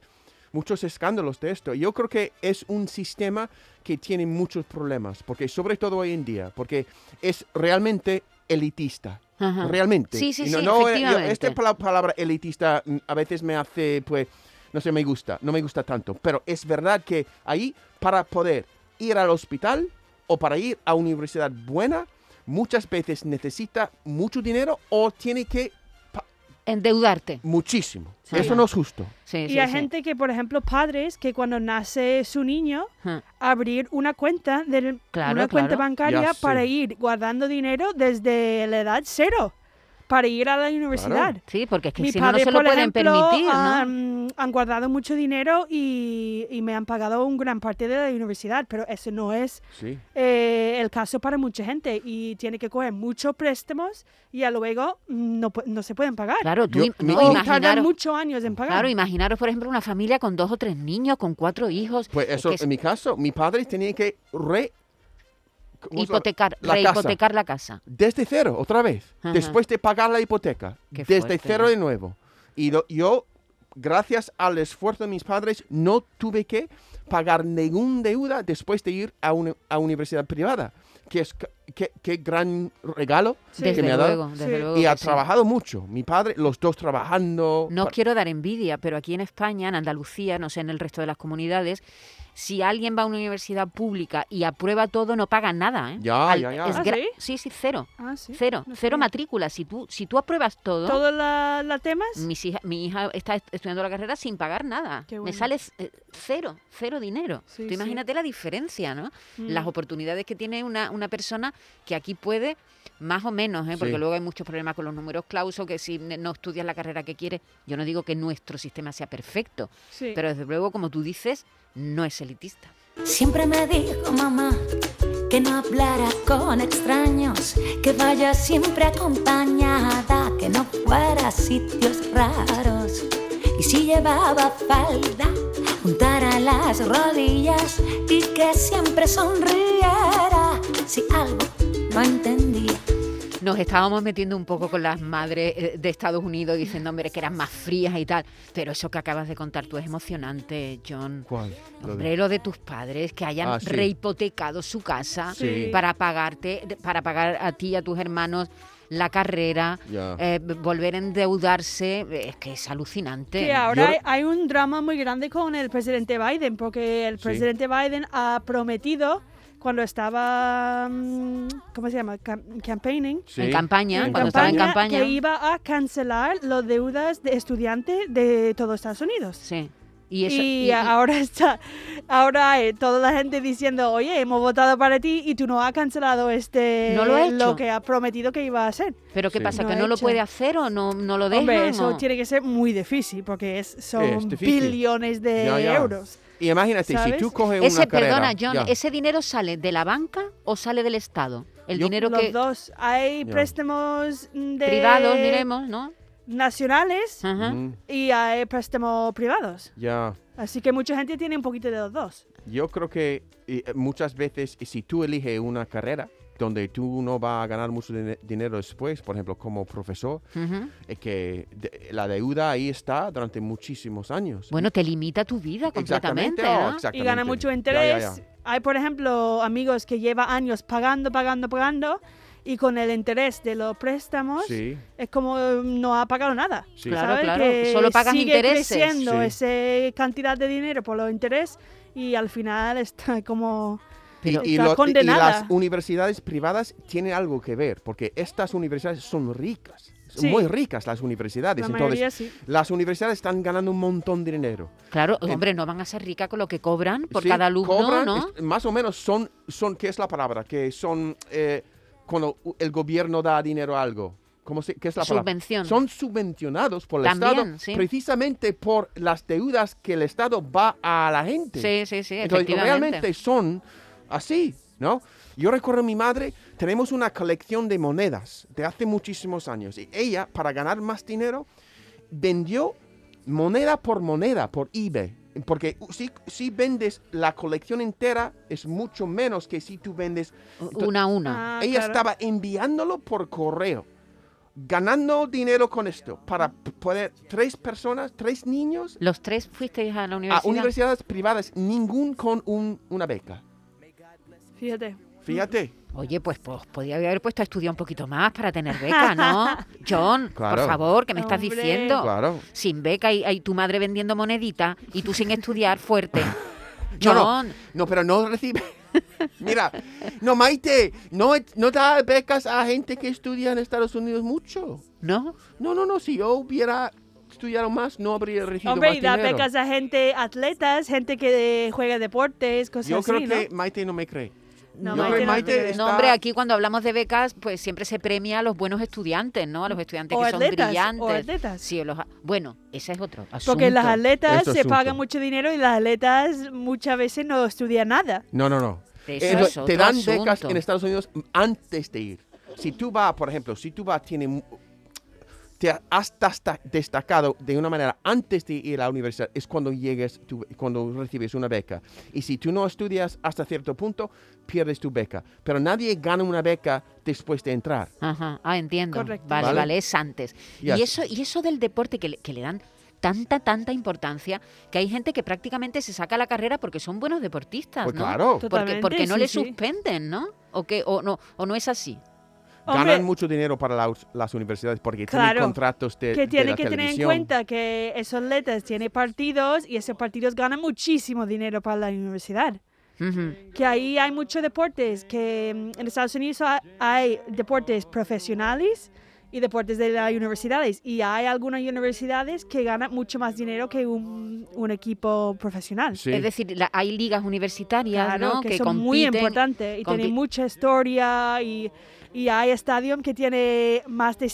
Speaker 2: muchos escándalos de esto. Yo creo que es un sistema que tiene muchos problemas, porque sobre todo hoy en día, porque es realmente elitista.
Speaker 1: Ajá.
Speaker 2: Realmente.
Speaker 1: Sí, sí,
Speaker 2: Y no,
Speaker 1: sí,
Speaker 2: no, eh, yo-
Speaker 1: efectivamente.
Speaker 2: esta pala- palabra elitista mm, a veces me hace, pues, no sé, me gusta, no me gusta tanto. Pero es verdad que ahí, para poder ir al hospital o para ir a universidad buena, muchas veces necesita mucho dinero o tiene que pa-
Speaker 1: Endeudarte.
Speaker 2: Muchísimo.
Speaker 1: Sí.
Speaker 2: Eso no es justo.
Speaker 1: Sí,
Speaker 3: Y
Speaker 1: sí,
Speaker 3: hay
Speaker 1: sí.
Speaker 3: gente que, por ejemplo, padres que cuando nace su niño,
Speaker 1: Ajá.
Speaker 3: abrir una cuenta, del-
Speaker 1: Claro,
Speaker 3: una cuenta
Speaker 1: claro.
Speaker 3: bancaria
Speaker 2: Ya sé.
Speaker 3: para ir guardando dinero desde la edad cero, para ir a la universidad.
Speaker 1: Sí, porque es que
Speaker 3: Mi
Speaker 1: si no, no
Speaker 3: padre,
Speaker 1: se lo
Speaker 3: por
Speaker 1: pueden
Speaker 3: ejemplo, ah,
Speaker 1: permitir, ¿no?
Speaker 3: han, han guardado mucho dinero y, y me han pagado un gran parte de la universidad, pero eso no es
Speaker 2: Sí.
Speaker 3: eh, el caso para mucha gente y tiene que coger muchos préstamos y ya luego mm, no, pu- no se pueden pagar.
Speaker 1: Claro, tú
Speaker 2: Yo-
Speaker 1: im-
Speaker 2: mi-
Speaker 1: no,
Speaker 2: mi-
Speaker 3: O tardan
Speaker 1: imaginaros,
Speaker 3: muchos años en pagar.
Speaker 1: claro, imaginaros, por ejemplo, una familia con dos o tres niños, con cuatro hijos.
Speaker 2: Pues
Speaker 1: Es
Speaker 2: eso,
Speaker 1: que es
Speaker 2: en mi caso, mi padre tenía que re... ¿cómo se llama?
Speaker 1: hipotecar,
Speaker 2: La casa.
Speaker 1: rehipotecar la casa.
Speaker 2: Desde cero, otra vez.
Speaker 1: Ajá.
Speaker 2: Después de pagar la hipoteca.
Speaker 1: Qué
Speaker 2: desde
Speaker 1: fuerte.
Speaker 2: cero de nuevo. Y lo- yo, gracias al esfuerzo de mis padres, no tuve que pagar ningún deuda después de ir a una a universidad privada. Que es ca- que, que gran regalo
Speaker 3: Sí.
Speaker 1: Desde
Speaker 2: que me ha dado.
Speaker 1: luego, desde
Speaker 3: Sí.
Speaker 1: luego.
Speaker 2: Y ha
Speaker 1: que sí.
Speaker 2: trabajado mucho. Mi padre, los dos trabajando.
Speaker 1: No
Speaker 2: pa-
Speaker 1: quiero dar envidia, pero aquí en España, en Andalucía, no sé, en el resto de las comunidades, si alguien va a una universidad pública y aprueba todo, no paga nada. ¿eh?
Speaker 2: Ya, ya, ya.
Speaker 1: es
Speaker 3: ¿Ah,
Speaker 1: gra-
Speaker 3: sí?
Speaker 1: sí, sí, cero.
Speaker 3: Ah, sí.
Speaker 1: Cero,
Speaker 3: No
Speaker 1: cero
Speaker 3: sabía.
Speaker 1: matrícula. Si tú, si tú apruebas todo,
Speaker 3: ¿Todos los temas?
Speaker 1: mis hija- mi hija está est- estudiando la carrera sin pagar nada.
Speaker 3: Qué
Speaker 1: Me
Speaker 3: bueno.
Speaker 1: sale c- eh, cero, cero dinero.
Speaker 3: Sí,
Speaker 1: Tú
Speaker 3: sí.
Speaker 1: imagínate la diferencia, ¿no? Las
Speaker 3: Mm.
Speaker 1: oportunidades que tiene una, una persona que aquí puede, más o menos, ¿eh? porque
Speaker 2: Sí.
Speaker 1: luego hay muchos problemas con los números clausos, que si ne- no estudias la carrera que quieres, yo no digo que nuestro sistema sea perfecto,
Speaker 3: Sí.
Speaker 1: pero desde luego, como tú dices, no es elitista.
Speaker 4: Siempre me dijo mamá que no hablara con extraños, que vaya siempre acompañada, que no fuera a sitios raros. Y si llevaba falda, juntara las rodillas y que siempre sonriera si algo no entendía.
Speaker 1: Nos estábamos metiendo un poco con las madres eh, de Estados Unidos diciendo, hombre, que eran más frías y tal, pero eso que acabas de contar tú es emocionante, John.
Speaker 2: ¿Cuál? Lo de-
Speaker 1: Hombre, lo de tus padres que hayan
Speaker 2: Ah, sí.
Speaker 1: rehipotecado su casa
Speaker 2: Sí.
Speaker 1: para pagarte, para pagar a ti y a tus hermanos la carrera,
Speaker 2: Ya.
Speaker 1: eh, v- volver a endeudarse, eh, es que es alucinante.
Speaker 3: Que ahora
Speaker 2: Yo-
Speaker 3: hay- hay un drama muy grande con el presidente Biden, porque el
Speaker 2: Sí.
Speaker 3: presidente Biden ha prometido, cuando estaba, mm, ¿cómo se llama? Cam- campaigning.
Speaker 1: En
Speaker 2: Sí.
Speaker 1: campaña,
Speaker 2: En
Speaker 1: cuando estaba en campaña.
Speaker 3: que iba a cancelar las deudas de estudiantes de todo Estados Unidos.
Speaker 1: Sí. Y, eso-
Speaker 3: y,
Speaker 1: y- y-
Speaker 3: ahora está, ahora hay toda la gente diciendo, oye, hemos votado para ti y tú no has cancelado este
Speaker 1: No lo ha hecho.
Speaker 3: que has prometido que iba a hacer.
Speaker 1: pero ¿qué
Speaker 2: Sí.
Speaker 1: pasa?
Speaker 3: No
Speaker 1: ¿Que
Speaker 3: ha
Speaker 1: no lo
Speaker 3: hecho.
Speaker 1: puede hacer o no, no lo deja?
Speaker 3: Hombre,
Speaker 1: o
Speaker 3: eso
Speaker 1: no?
Speaker 3: tiene que ser muy difícil porque es, son
Speaker 2: Es difícil.
Speaker 3: billones de
Speaker 2: Ya, ya.
Speaker 3: euros.
Speaker 2: Y imagínate, si
Speaker 3: ¿Sabes?
Speaker 2: tú coges
Speaker 1: Ese,
Speaker 2: una carrera...
Speaker 1: perdona, John,
Speaker 2: ya.
Speaker 1: ¿ese dinero sale de la banca o sale del Estado? El
Speaker 2: Yo-
Speaker 1: dinero
Speaker 3: Los
Speaker 1: que
Speaker 3: dos. Hay
Speaker 2: Ya.
Speaker 3: préstamos de
Speaker 1: privados, diremos, ¿no?
Speaker 3: nacionales
Speaker 1: Ajá.
Speaker 2: Mm,
Speaker 3: y hay préstamos privados.
Speaker 2: ya.
Speaker 3: Así que mucha gente tiene un poquito de los dos.
Speaker 2: Yo creo que eh, muchas veces si tú eliges una carrera donde tú no vas a ganar mucho dine- dinero después, por ejemplo, como profesor,
Speaker 1: Ujú.
Speaker 2: es que de- la deuda ahí está durante muchísimos años.
Speaker 1: Bueno, te limita tu vida completamente.
Speaker 2: Exactamente, oh,
Speaker 1: ¿no?
Speaker 2: exactamente.
Speaker 3: y gana mucho
Speaker 2: Ya, ya,
Speaker 3: interés.
Speaker 2: ya.
Speaker 3: Hay, por ejemplo, amigos que lleva años pagando, pagando, pagando y con el interés de los préstamos
Speaker 2: Sí,
Speaker 3: es como eh, no ha pagado nada.
Speaker 2: sí.
Speaker 1: Claro.
Speaker 3: ¿sabes? Que
Speaker 1: solo pagas
Speaker 3: sigue
Speaker 1: intereses.
Speaker 3: creciendo
Speaker 2: Sí.
Speaker 3: esa cantidad de dinero por los intereses y al final está como
Speaker 2: Y,
Speaker 1: Pero-
Speaker 2: y
Speaker 3: Está
Speaker 2: lo- y- y
Speaker 3: condenada.
Speaker 2: las universidades privadas tienen algo que ver, porque estas universidades son ricas, son
Speaker 3: Sí.
Speaker 2: muy ricas las universidades.
Speaker 3: la
Speaker 2: Entonces,
Speaker 3: mayoría sí.
Speaker 2: las universidades están ganando un montón de dinero.
Speaker 1: Claro,
Speaker 2: En-
Speaker 1: hombre, no van a ser ricas con lo que cobran por
Speaker 2: Sí,
Speaker 1: cada alumno,
Speaker 2: cobran,
Speaker 1: ¿no?
Speaker 2: es- Más o menos son, son, ¿qué es la palabra? Que son eh, cuando u- el gobierno da dinero a algo. ¿Cómo se, ¿Qué es la palabra?
Speaker 1: Subvención.
Speaker 2: Son subvencionados por el
Speaker 1: También,
Speaker 2: Estado
Speaker 1: sí.
Speaker 2: precisamente por las deudas que el Estado va a la gente.
Speaker 1: Sí, sí, sí,
Speaker 2: Entonces,
Speaker 1: efectivamente.
Speaker 2: realmente son así, ¿no? Yo recuerdo a mi madre, tenemos una colección de monedas de hace muchísimos años y ella, para ganar más dinero, vendió moneda por moneda por eBay. Porque si, si vendes la colección entera, es mucho menos que si tú vendes. Entonces,
Speaker 1: Una a una.
Speaker 3: Ah,
Speaker 2: ella
Speaker 3: claro.
Speaker 2: estaba enviándolo por correo, ganando dinero con esto, para p- poder tres personas, tres niños,
Speaker 1: Los tres fuisteis a la
Speaker 2: a
Speaker 1: universidad.
Speaker 2: universidades privadas, ningún con un- una beca.
Speaker 3: Fíjate.
Speaker 2: Fíjate.
Speaker 1: Oye, pues, pues podía haber puesto a estudiar un poquito más para tener beca, ¿no? John,
Speaker 2: Claro.
Speaker 1: por favor, ¿qué me estás
Speaker 3: Hombre.
Speaker 1: diciendo?
Speaker 2: Claro.
Speaker 1: Sin beca y, y tu madre vendiendo moneditas y tú sin estudiar fuerte.
Speaker 2: No,
Speaker 1: John,
Speaker 2: no. No, pero no recibe. Mira, no, Maite, no, no da becas a gente que estudia en Estados Unidos mucho.
Speaker 1: ¿no?
Speaker 2: No, no, no, si yo hubiera estudiado más, no habría recibido
Speaker 3: Hombre,
Speaker 2: más
Speaker 3: y da
Speaker 2: dinero.
Speaker 3: becas a gente, atletas, gente que juega deportes, cosas
Speaker 2: Yo
Speaker 3: así,
Speaker 2: creo
Speaker 3: ¿no?
Speaker 2: que Maite no me cree.
Speaker 3: No,
Speaker 2: yo creo que
Speaker 3: Maite
Speaker 2: Maite
Speaker 3: no-
Speaker 2: está...
Speaker 1: No, hombre, aquí cuando hablamos de becas, pues siempre se premia a los buenos estudiantes, ¿no? A los estudiantes
Speaker 3: O
Speaker 1: que
Speaker 3: atletas,
Speaker 1: son brillantes.
Speaker 3: o atletas.
Speaker 1: Sí, o los a- bueno, ese es otro asunto.
Speaker 3: Porque las atletas
Speaker 2: Eso es
Speaker 3: se pagan
Speaker 2: asunto.
Speaker 3: mucho dinero y las atletas muchas veces no estudian nada.
Speaker 2: No, no, no.
Speaker 1: Eso
Speaker 2: Eh, lo-
Speaker 1: es
Speaker 2: te
Speaker 1: otro
Speaker 2: dan becas
Speaker 1: asunto.
Speaker 2: en Estados Unidos antes de ir. Si tú vas, por ejemplo, si tú vas, tiene, mu- te has desta- destacado de una manera antes de ir a la universidad, es cuando llegues, tu- cuando recibes una beca. Y si tú no estudias hasta cierto punto, pierdes tu beca. Pero nadie gana una beca después de entrar.
Speaker 1: Ajá, ah, entiendo.
Speaker 3: Correcto.
Speaker 1: Vale,
Speaker 2: Vale.
Speaker 1: vale, es antes.
Speaker 2: Yes.
Speaker 1: Y eso y eso del deporte que le, que le dan tanta tanta importancia que hay gente que prácticamente se saca la carrera porque son buenos deportistas,
Speaker 2: Pues
Speaker 1: ¿no?
Speaker 2: claro,
Speaker 3: Tot-
Speaker 1: Porque, porque no
Speaker 3: Totalmente,
Speaker 1: le
Speaker 3: sí, sí.
Speaker 1: suspenden, ¿no? O que o no o no es así.
Speaker 3: Hombre,
Speaker 2: ganan mucho dinero para las, las universidades porque
Speaker 3: Claro.
Speaker 2: tienen contratos de,
Speaker 3: que
Speaker 2: de
Speaker 3: tiene
Speaker 2: la
Speaker 3: que tener en
Speaker 2: televisión.
Speaker 3: cuenta que esos atletas tienen partidos y esos partidos ganan muchísimo dinero para la universidad.
Speaker 1: Ujú.
Speaker 3: Que ahí hay muchos deportes, que mm, en Estados Unidos ha- hay deportes profesionales y deportes de las universidades. Y hay algunas universidades que ganan mucho más dinero que un, un equipo profesional.
Speaker 2: Sí.
Speaker 1: Es decir, la- hay ligas universitarias,
Speaker 3: Claro,
Speaker 1: ¿no?
Speaker 3: que, son muy
Speaker 1: compiten.
Speaker 3: importantes y
Speaker 1: compi-
Speaker 3: tienen mucha historia y, y hay estadio que tiene más de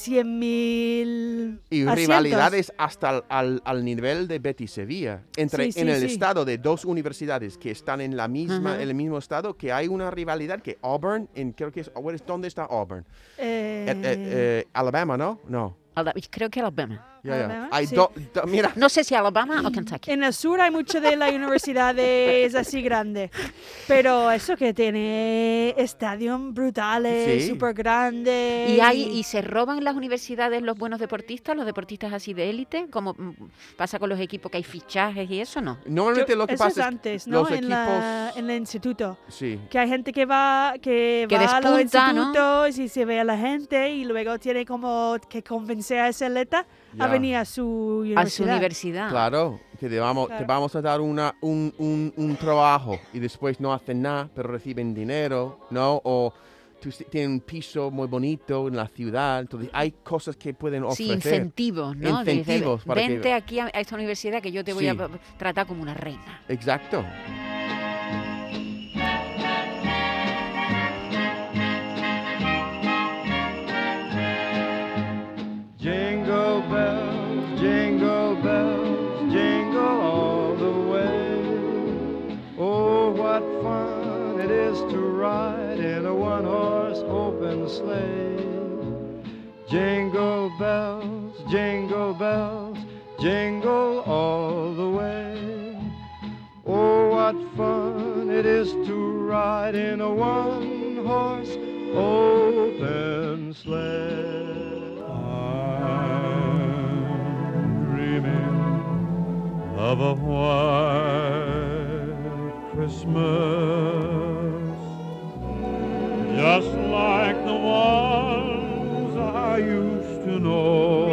Speaker 3: 100.000
Speaker 2: y
Speaker 3: asientos.
Speaker 2: rivalidades hasta al, al- al nivel de Betis Sevilla entre
Speaker 3: Sí, sí,
Speaker 2: en el
Speaker 3: sí.
Speaker 2: estado de dos universidades que están en la misma
Speaker 1: Ajá.
Speaker 2: en el mismo estado que hay una rivalidad que Auburn en creo que es where is- dónde está Auburn
Speaker 3: Eh,
Speaker 2: Eh, eh, eh, Alabama no no
Speaker 1: Ala- Creo que Alabama.
Speaker 2: Ya, ya.
Speaker 3: Alabama,
Speaker 2: hay
Speaker 3: sí.
Speaker 2: do- do- mira
Speaker 1: No sé si Alabama o Kentucky.
Speaker 3: en el sur hay mucho de las universidades así grande, pero eso que tiene estadios brutales,
Speaker 2: Sí.
Speaker 3: súper grandes.
Speaker 1: Y, hay, y se roban las universidades los buenos deportistas, los deportistas así de élite, como mm, pasa con los equipos que hay fichajes y eso, ¿no.
Speaker 2: normalmente lo que
Speaker 3: eso es
Speaker 2: pasa
Speaker 3: antes,
Speaker 2: es que
Speaker 3: ¿no?
Speaker 2: los
Speaker 3: en, la-
Speaker 2: equipos
Speaker 3: en el instituto.
Speaker 2: sí
Speaker 3: Que hay gente que va, que
Speaker 1: Que
Speaker 3: va a los
Speaker 1: despunta, ¿no?
Speaker 3: institutos y se ve a la gente y luego tiene como que convencer a ese atleta
Speaker 2: ya.
Speaker 3: a venir a su universidad.
Speaker 1: A su universidad.
Speaker 2: Claro, que te vamos, te
Speaker 3: Claro.
Speaker 2: vamos a dar una, un, un, un trabajo y después no hacen nada, pero reciben dinero, ¿no? O tú si- tiene un piso muy bonito en la ciudad, entonces hay cosas que pueden
Speaker 1: Sí,
Speaker 2: ofrecer.
Speaker 1: incentivos, ¿no? Dice,
Speaker 2: Incentivos para que-
Speaker 1: Vente aquí a, a esta universidad que yo te voy
Speaker 2: Sí.
Speaker 1: a p- tratar como una reina.
Speaker 2: Exacto.
Speaker 5: Jingle bells, jingle bells, jingle all the way. Oh, what fun it is to ride in a one horse open sleigh. Jingle bells, jingle bells, jingle all the way. Oh, what fun it is to ride in a one horse open sleigh. I'm dreaming of a white Christmas, just like the ones I used to know.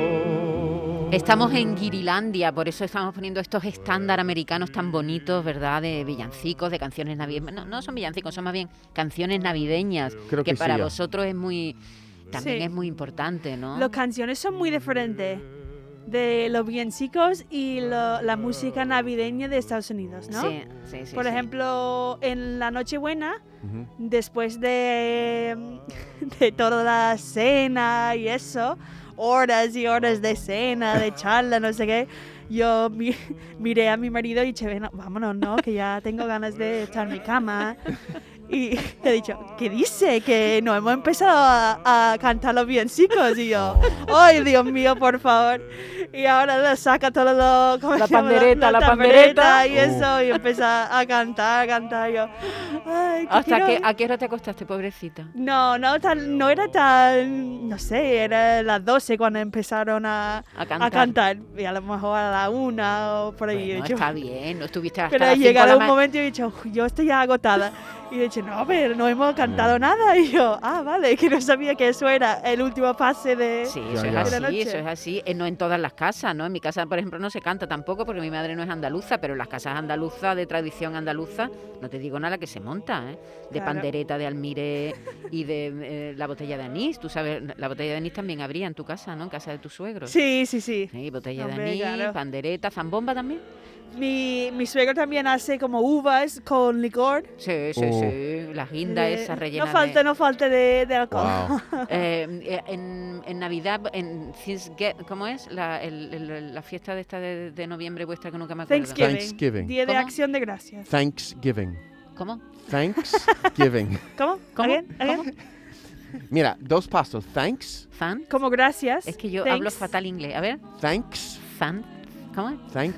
Speaker 1: Estamos en Guirilandia, por eso estamos poniendo estos estándares americanos tan bonitos, ¿verdad? De villancicos, de canciones navideñas. No, no son villancicos, son más bien canciones navideñas,
Speaker 2: Creo que
Speaker 1: para
Speaker 2: sí, ya.
Speaker 1: vosotros es muy... También
Speaker 3: Sí.
Speaker 1: es muy importante, ¿no?
Speaker 3: Las canciones son muy diferentes de los villancicos y lo- la música navideña de Estados Unidos, ¿no?
Speaker 1: Sí, sí, sí.
Speaker 3: Por
Speaker 1: sí.
Speaker 3: ejemplo, en la Nochebuena,
Speaker 2: Ujú.
Speaker 3: después de, de toda la cena y eso, horas y horas de cena, de charla, no sé qué, yo mi- miré a mi marido y dije, "Bueno, vámonos, ¿no? Que ya tengo ganas de echar mi cama. Y le he dicho, ¿qué dice? Que no hemos empezado a, a cantar los villancicos. Y yo, ¡ay, Dios mío, por favor! Y ahora le saca todo lo... ¿cómo
Speaker 6: La
Speaker 3: se llama?
Speaker 6: pandereta, la
Speaker 3: pandereta
Speaker 6: pandereta.
Speaker 3: Y eso, y empieza a cantar, a cantar. Y yo, ¡ay, que
Speaker 1: ¿Hasta
Speaker 3: quiero-
Speaker 1: que, a qué hora te acostaste, pobrecita?
Speaker 3: no, no, tan- no era tan, no sé, era las 12 cuando empezaron a,
Speaker 1: A cantar.
Speaker 3: a cantar, y a lo mejor a la una o por ahí.
Speaker 1: Bueno,
Speaker 3: Yo-
Speaker 1: está bien, no estuviste hasta
Speaker 3: pero
Speaker 1: las cinco de
Speaker 3: llegaron
Speaker 1: la
Speaker 3: un
Speaker 1: ma-
Speaker 3: momento y he dicho, "Uf, yo estoy ya agotada. Y he dicho, no, pero no hemos cantado nada. Y yo, ah, vale, que no sabía que eso era el último pase de...
Speaker 1: Sí,
Speaker 2: Ya,
Speaker 1: eso
Speaker 2: ya.
Speaker 1: es
Speaker 3: De la
Speaker 1: así,
Speaker 3: noche.
Speaker 1: eso es así. Eh, no en todas las casas, ¿no? En mi casa, por ejemplo, no se canta tampoco porque mi madre no es andaluza, pero en las casas andaluzas de tradición andaluza, no te digo nada que se monta, ¿eh? De
Speaker 3: Claro.
Speaker 1: pandereta, de almire y de eh, la botella de anís. Tú sabes, la botella de anís también habría en tu casa, ¿no? En casa de tu suegro.
Speaker 3: Sí, sí, sí.
Speaker 1: Sí, botella
Speaker 3: Hombre,
Speaker 1: de anís,
Speaker 3: claro.
Speaker 1: pandereta, zambomba también.
Speaker 3: Mi, mi suegro también hace como uvas con licor.
Speaker 1: Sí, sí,
Speaker 2: Oh.
Speaker 1: sí. La guinda
Speaker 3: Eh,
Speaker 1: esa rellena
Speaker 3: No falta,
Speaker 1: de...
Speaker 3: no falta de, de alcohol.
Speaker 2: Wow.
Speaker 1: Eh, eh, en, en Navidad, en Thanksgiving, ¿cómo es? La, el- el- la fiesta de esta de, de noviembre vuestra que nunca me acuerdo.
Speaker 3: Thanksgiving.
Speaker 2: Thanksgiving.
Speaker 3: Día de
Speaker 1: ¿Cómo?
Speaker 3: acción de gracias.
Speaker 2: Thanksgiving.
Speaker 1: ¿Cómo?
Speaker 2: Thanksgiving.
Speaker 3: ¿Cómo?
Speaker 1: ¿Cómo?
Speaker 3: Again, again.
Speaker 2: Mira, dos pasos. Thanks,
Speaker 1: ¿Fan?
Speaker 3: Como gracias.
Speaker 1: Es que yo hablo
Speaker 3: thanks.
Speaker 1: fatal inglés. A ver,
Speaker 2: thanks,
Speaker 1: fan. ¿Cómo es?
Speaker 2: thank,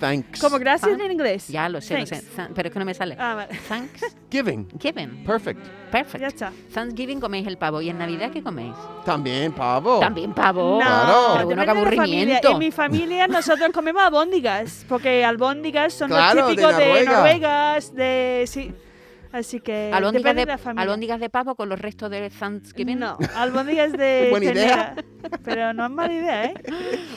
Speaker 2: thanks.
Speaker 3: Como gracias
Speaker 1: Fan.
Speaker 3: en inglés.
Speaker 1: Ya lo sé, lo sé.
Speaker 3: Thanks.
Speaker 1: Than- pero es que no me sale.
Speaker 3: Ah, vale.
Speaker 1: Thanksgiving.
Speaker 2: Giving. Perfect.
Speaker 3: Ya
Speaker 1: Perfect.
Speaker 3: está.
Speaker 1: Thanksgiving coméis el pavo. ¿Y en Navidad qué coméis?
Speaker 2: También, pavo.
Speaker 1: También pavo.
Speaker 2: Oh. Claro.
Speaker 1: Pero bueno, qué
Speaker 3: depende de la familia.
Speaker 1: aburrimiento.
Speaker 3: En mi familia nosotros comemos albóndigas, porque albóndigas son
Speaker 2: Claro,
Speaker 3: los
Speaker 2: de
Speaker 3: típicos de
Speaker 2: Noruega.
Speaker 3: Noruegas, de... Sí. Así que
Speaker 1: Albóndigas
Speaker 3: depende
Speaker 1: de,
Speaker 3: de la familia.
Speaker 1: albóndigas de pavo con los restos de Thanksgiving.
Speaker 3: No, albóndigas de
Speaker 2: Buena idea.
Speaker 3: ternera. Pero no es mala idea, ¿eh?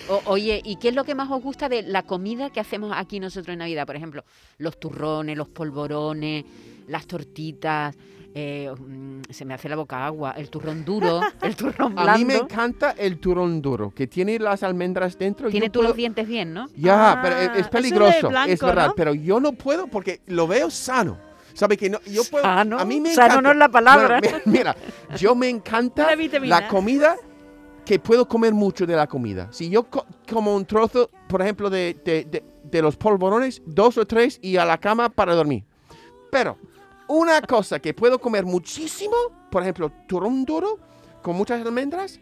Speaker 1: O- oye, ¿y qué es lo que más os gusta de la comida que hacemos aquí nosotros en Navidad? Por ejemplo, los turrones, los polvorones, las tortitas. eh, mm, se me hace la boca agua. El turrón duro, el turrón blando.
Speaker 2: A mí me encanta el turón duro, que tiene las almendras dentro.
Speaker 1: Tiene
Speaker 2: Yo
Speaker 1: tú los
Speaker 2: puedo-
Speaker 1: dientes bien, ¿no?
Speaker 2: Ya,
Speaker 3: Ah,
Speaker 2: pero e-, es-
Speaker 3: eso
Speaker 2: es
Speaker 3: es
Speaker 2: peligroso, es,
Speaker 3: de blanco,
Speaker 2: verdad,
Speaker 3: ¿no?
Speaker 2: pero yo no puedo porque lo veo sano. ¿Sabe que no? Yo puedo,
Speaker 1: Sano,
Speaker 2: a mí me
Speaker 1: sano
Speaker 2: encanta-
Speaker 1: no es la palabra.
Speaker 2: Bueno, mi- mira, yo me encanta
Speaker 3: Una vitamina.
Speaker 2: la comida que puedo comer mucho de la comida. Si yo co- como un trozo, por ejemplo, de, de- de- de los polvorones, dos o tres y a la cama para dormir. Pero una cosa que puedo comer muchísimo, por ejemplo, turón duro con muchas almendras,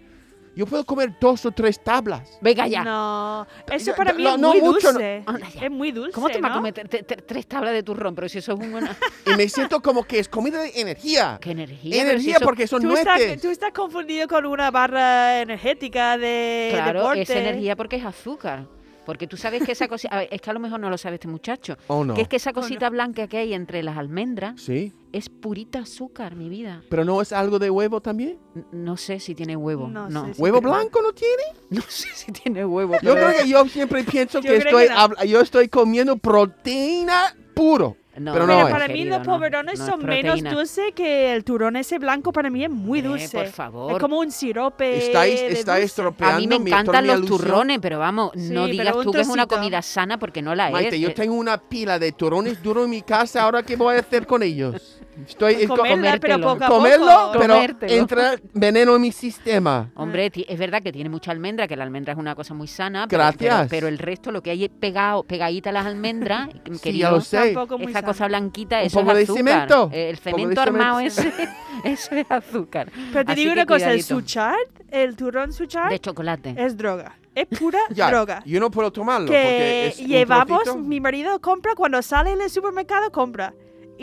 Speaker 2: yo puedo comer dos o tres tablas.
Speaker 1: Venga ya.
Speaker 3: No,
Speaker 2: Yo-
Speaker 3: eso para mí
Speaker 2: no,
Speaker 3: es
Speaker 2: no
Speaker 3: muy
Speaker 2: mucho, no.
Speaker 3: dulce.
Speaker 1: Anda Ah, ya.
Speaker 3: Es muy dulce,
Speaker 1: ¿Cómo te vas a
Speaker 3: ¿no?
Speaker 1: comer te- te- tres tablas de turrón? Pero si eso es un buen-
Speaker 2: Y me siento como que es comida de energía.
Speaker 1: ¡Qué energía! pero si
Speaker 2: Energía
Speaker 1: eso-
Speaker 2: porque son
Speaker 3: Tú estás,
Speaker 2: nueces.
Speaker 3: tú estás confundido con una barra energética de
Speaker 1: Claro,
Speaker 3: deporte.
Speaker 1: es energía porque es azúcar. Porque tú sabes que esa cosita... Es que a lo mejor no lo sabe este muchacho.
Speaker 2: ¿O Oh, no?
Speaker 1: Que es que esa cosita blanca que hay entre las almendras
Speaker 2: Sí,
Speaker 1: es purita azúcar, mi vida.
Speaker 2: pero no es algo de huevo también.
Speaker 1: N- No sé si tiene huevo. No,
Speaker 3: No
Speaker 1: no. Sé,
Speaker 3: sé si-
Speaker 1: si...
Speaker 2: ¿Huevo
Speaker 3: pero-
Speaker 2: blanco no tiene?
Speaker 1: tiene huevo.
Speaker 2: Yo
Speaker 1: pero-
Speaker 2: creo que yo siempre pienso
Speaker 3: Yo
Speaker 2: que
Speaker 3: creo que
Speaker 2: estoy,
Speaker 3: no.
Speaker 2: habla- yo estoy comiendo proteína puro.
Speaker 1: No,
Speaker 2: Pero
Speaker 3: Pero
Speaker 2: no es.
Speaker 3: para mí
Speaker 1: querido,
Speaker 3: los
Speaker 1: no,
Speaker 3: pobrones
Speaker 1: no es
Speaker 3: son
Speaker 1: proteína.
Speaker 3: menos dulces que el turón ese blanco. Para mí es muy
Speaker 1: Hombre,
Speaker 3: dulce.
Speaker 1: por favor.
Speaker 3: Es como un sirope.
Speaker 2: Estáis,
Speaker 3: Eh, de
Speaker 2: estáis
Speaker 3: dulce.
Speaker 2: estropeando
Speaker 1: A mí me
Speaker 2: mi- toda
Speaker 1: encantan
Speaker 2: mi
Speaker 1: los
Speaker 2: alusión.
Speaker 1: turrones, pero vamos, no
Speaker 3: Sí,
Speaker 1: digas
Speaker 3: pero un
Speaker 1: tú que es una
Speaker 3: trocito.
Speaker 1: comida sana porque no la
Speaker 2: Maite,
Speaker 1: es.
Speaker 2: yo
Speaker 1: Eh,
Speaker 2: tengo una pila de turrones duros en mi casa. Ahora, ¿qué voy a hacer con ellos? Estoy
Speaker 3: Pues
Speaker 2: es co-
Speaker 3: Comerla, pero
Speaker 1: comértelo.
Speaker 3: poco a
Speaker 2: comerlo,
Speaker 3: poco.
Speaker 2: pero
Speaker 1: Comértelo.
Speaker 2: entra veneno en mi sistema.
Speaker 1: Hombre, ti- es verdad que tiene mucha almendra, que la almendra es una cosa muy sana. pero-
Speaker 2: Gracias.
Speaker 1: Pero, pero el resto, lo que hay es pegado, pegadita a las almendras, querido,
Speaker 2: Sí, ya lo sé.
Speaker 3: Tampoco muy
Speaker 1: esa
Speaker 3: sano.
Speaker 1: cosa blanquita,
Speaker 2: Un
Speaker 1: eso
Speaker 2: poco de
Speaker 1: es azúcar.
Speaker 2: cemento.
Speaker 1: Eh, El
Speaker 2: Un poco de
Speaker 1: cemento armado
Speaker 2: cemento.
Speaker 1: ese, eso es azúcar.
Speaker 3: Pero te
Speaker 1: Así
Speaker 3: digo
Speaker 1: que
Speaker 3: una cosa, el eh,
Speaker 1: cuidadito.
Speaker 3: suchard, el turrón suchard,
Speaker 1: De chocolate.
Speaker 3: es droga. Es pura
Speaker 2: Ya,
Speaker 3: droga.
Speaker 2: yo no puedo tomarlo. porque
Speaker 3: que
Speaker 2: es un
Speaker 3: llevamos,
Speaker 2: trocito.
Speaker 3: mi marido compra cuando sale en el supermercado, compra.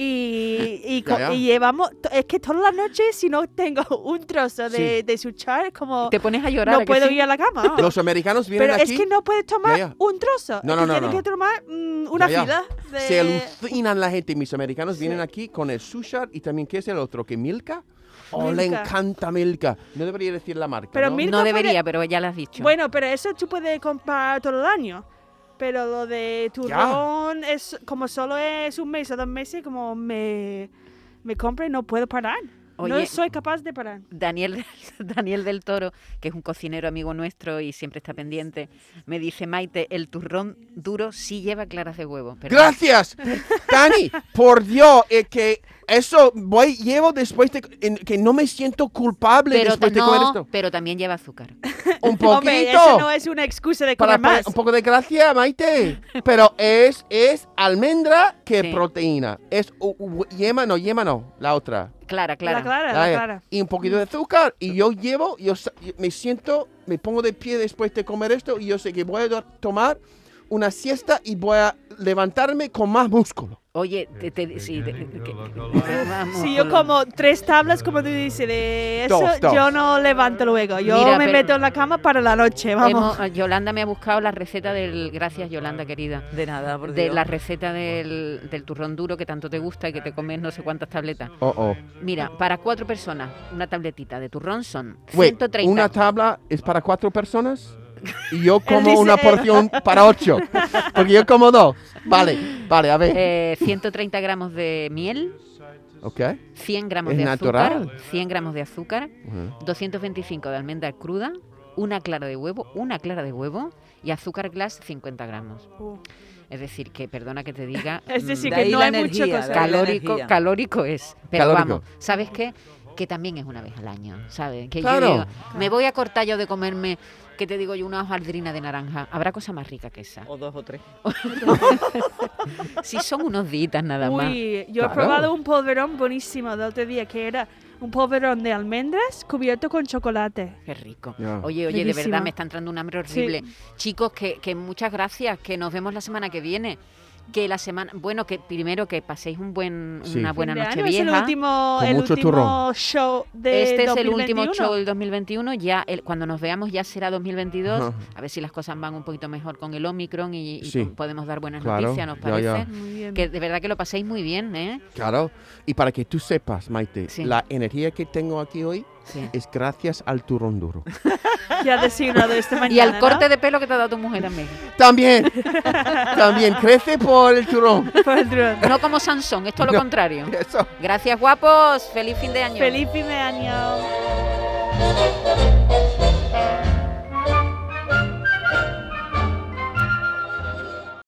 Speaker 3: Y, y, co-
Speaker 2: Ya, ya.
Speaker 3: y llevamos, to- es que todas las noches si no tengo un trozo de,
Speaker 2: Sí.
Speaker 3: de suchard, es como
Speaker 1: Te pones a llorar. ¿a
Speaker 3: no
Speaker 1: que
Speaker 3: puedo
Speaker 1: sí?
Speaker 3: ir a la cama.
Speaker 2: Los americanos vienen
Speaker 3: Ah. Pero
Speaker 2: aquí,
Speaker 3: es que no puedes tomar
Speaker 2: ya.
Speaker 3: un trozo.
Speaker 2: No,
Speaker 3: es
Speaker 2: no,
Speaker 3: que
Speaker 2: no,
Speaker 3: Tienes
Speaker 2: no.
Speaker 3: que tomar mm, una
Speaker 2: Ya, ya.
Speaker 3: fila de...
Speaker 2: se alucinan la gente. Mis americanos vienen aquí con el sushar y también, ¿qué es el otro? ¿Que Milka? Oh, le
Speaker 3: Milka.
Speaker 2: encanta Milka. No debería decir la marca,
Speaker 3: Pero
Speaker 2: ¿no?
Speaker 3: Mil-
Speaker 1: No
Speaker 3: Milka
Speaker 1: debería,
Speaker 3: puede-
Speaker 1: pero ya lo has dicho.
Speaker 3: Bueno, pero eso tú puedes comprar todo el año. Pero lo de turrón es como solo es un mes o dos meses, como me, me compro y no puedo parar.
Speaker 1: Oye.
Speaker 3: No soy capaz de parar.
Speaker 1: Daniel, Daniel del Toro, que es un cocinero amigo nuestro y siempre está pendiente, me dice, Maite, el turrón duro sí lleva claras de huevo. pero-
Speaker 2: Gracias, Dani, por Dios, es que eso voy llevo después de en- que no me siento culpable
Speaker 1: pero,
Speaker 2: después
Speaker 1: ta-
Speaker 2: de comer
Speaker 1: no,
Speaker 2: esto.
Speaker 1: pero también lleva azúcar.
Speaker 2: Un
Speaker 3: Hombre, eso no
Speaker 2: poquito
Speaker 3: es una excusa de
Speaker 2: para
Speaker 3: comer
Speaker 2: poner
Speaker 3: más.
Speaker 2: un poco de gracia, Maite. Pero es es almendra que
Speaker 1: Sí.
Speaker 2: proteína. Es u- u- yema no yema no, la otra.
Speaker 1: Clara, clara.
Speaker 3: La clara,
Speaker 2: La-
Speaker 3: la clara.
Speaker 2: Y un poquito de azúcar y yo llevo, yo sa- yo me siento, me pongo de pie después de comer esto y yo sé que voy a do- tomar una siesta y voy a levantarme con más músculo.
Speaker 1: Oye, te, te- sí, te- que- vamos,
Speaker 3: Si yo
Speaker 1: con-
Speaker 3: como tres tablas, como tú dices, de eso,
Speaker 2: Dos, dos.
Speaker 3: yo no levanto luego. Yo
Speaker 1: Mira,
Speaker 3: me
Speaker 1: pero-
Speaker 3: meto en la cama para la noche, vamos.
Speaker 1: hemos- Yolanda me ha buscado la receta del... Gracias, Yolanda, querida.
Speaker 6: De nada, por
Speaker 1: De
Speaker 6: Dios.
Speaker 1: la receta del, del turrón duro que tanto te gusta y que te comes no sé cuántas tabletas.
Speaker 2: Oh, oh.
Speaker 1: Mira, para cuatro personas, una tabletita de turrón son
Speaker 2: Wait,
Speaker 1: 130.
Speaker 2: una tabla es para cuatro personas y yo como
Speaker 3: dice-
Speaker 2: una porción para ocho, porque yo como dos. Vale, vale, a ver.
Speaker 1: Eh, 130 gramos de miel,
Speaker 2: ok.
Speaker 1: 100 gramos
Speaker 2: Es
Speaker 1: de azúcar,
Speaker 2: natural.
Speaker 1: 100 gramos de azúcar,
Speaker 2: Ujú.
Speaker 1: 225 de almendra cruda, una clara de huevo, una clara de huevo y azúcar glass 50 gramos.
Speaker 3: Uh,
Speaker 1: Es decir, que perdona que te diga,
Speaker 3: Es decir,
Speaker 1: mm,
Speaker 6: De
Speaker 3: que
Speaker 6: ahí
Speaker 3: no
Speaker 6: la
Speaker 3: hay mucha
Speaker 6: energía,
Speaker 3: cosa.
Speaker 6: de ahí la
Speaker 1: calórico,
Speaker 6: energía.
Speaker 1: calórico es. Pero
Speaker 2: Calórico.
Speaker 1: vamos, ¿sabes qué? Que también es una vez al año, ¿sabes? Que yo
Speaker 2: Claro.
Speaker 1: digo, me voy a cortar yo de comerme, que te digo yo, una hojaldrina de naranja. Habrá cosa más rica que esa.
Speaker 6: O dos o tres.
Speaker 1: Si son unos días nada más.
Speaker 3: Uy, yo
Speaker 2: Claro.
Speaker 3: he probado un polverón buenísimo del otro día, que era un polverón de almendras cubierto con chocolate.
Speaker 1: Qué rico.
Speaker 2: Ya.
Speaker 1: Oye, oye, de verdad
Speaker 3: Riquísimo.
Speaker 1: me está entrando un hambre
Speaker 3: Sí.
Speaker 1: horrible. Chicos, que, que muchas gracias, que nos vemos la semana que viene. Que la semana, bueno, que primero que paséis un buen,
Speaker 2: Sí.
Speaker 1: una buena
Speaker 3: Fin de
Speaker 1: noche
Speaker 3: año,
Speaker 1: vieja.
Speaker 3: Es el último,
Speaker 2: Con
Speaker 3: el
Speaker 2: mucho
Speaker 3: último
Speaker 2: turrón.
Speaker 3: show de
Speaker 1: este es el
Speaker 3: 2021.
Speaker 1: último show del 2021. Ya el- cuando nos veamos ya será 2022.
Speaker 2: Ajá.
Speaker 1: A ver si las cosas van un poquito mejor con el Omicron y, y
Speaker 2: Sí.
Speaker 1: con- podemos dar buenas
Speaker 2: Claro,
Speaker 1: noticias, nos
Speaker 2: ya,
Speaker 1: parece.
Speaker 2: ya.
Speaker 3: Muy bien.
Speaker 1: Que de verdad que lo paséis muy bien, ¿eh?
Speaker 2: Claro. Y para que tú sepas, Maite,
Speaker 1: Sí.
Speaker 2: la energía que tengo aquí hoy
Speaker 1: Sí.
Speaker 2: es gracias al turrón duro.
Speaker 3: Ya designado esta mañana.
Speaker 1: Y al
Speaker 3: ¿no?
Speaker 1: corte de pelo que te ha dado tu mujer también.
Speaker 2: También, también crece por el turrón.
Speaker 3: Por el turrón.
Speaker 1: No como Sansón, esto es lo
Speaker 2: No.
Speaker 1: contrario.
Speaker 2: Eso.
Speaker 1: Gracias, guapos. Feliz fin de año.
Speaker 3: Feliz fin de año.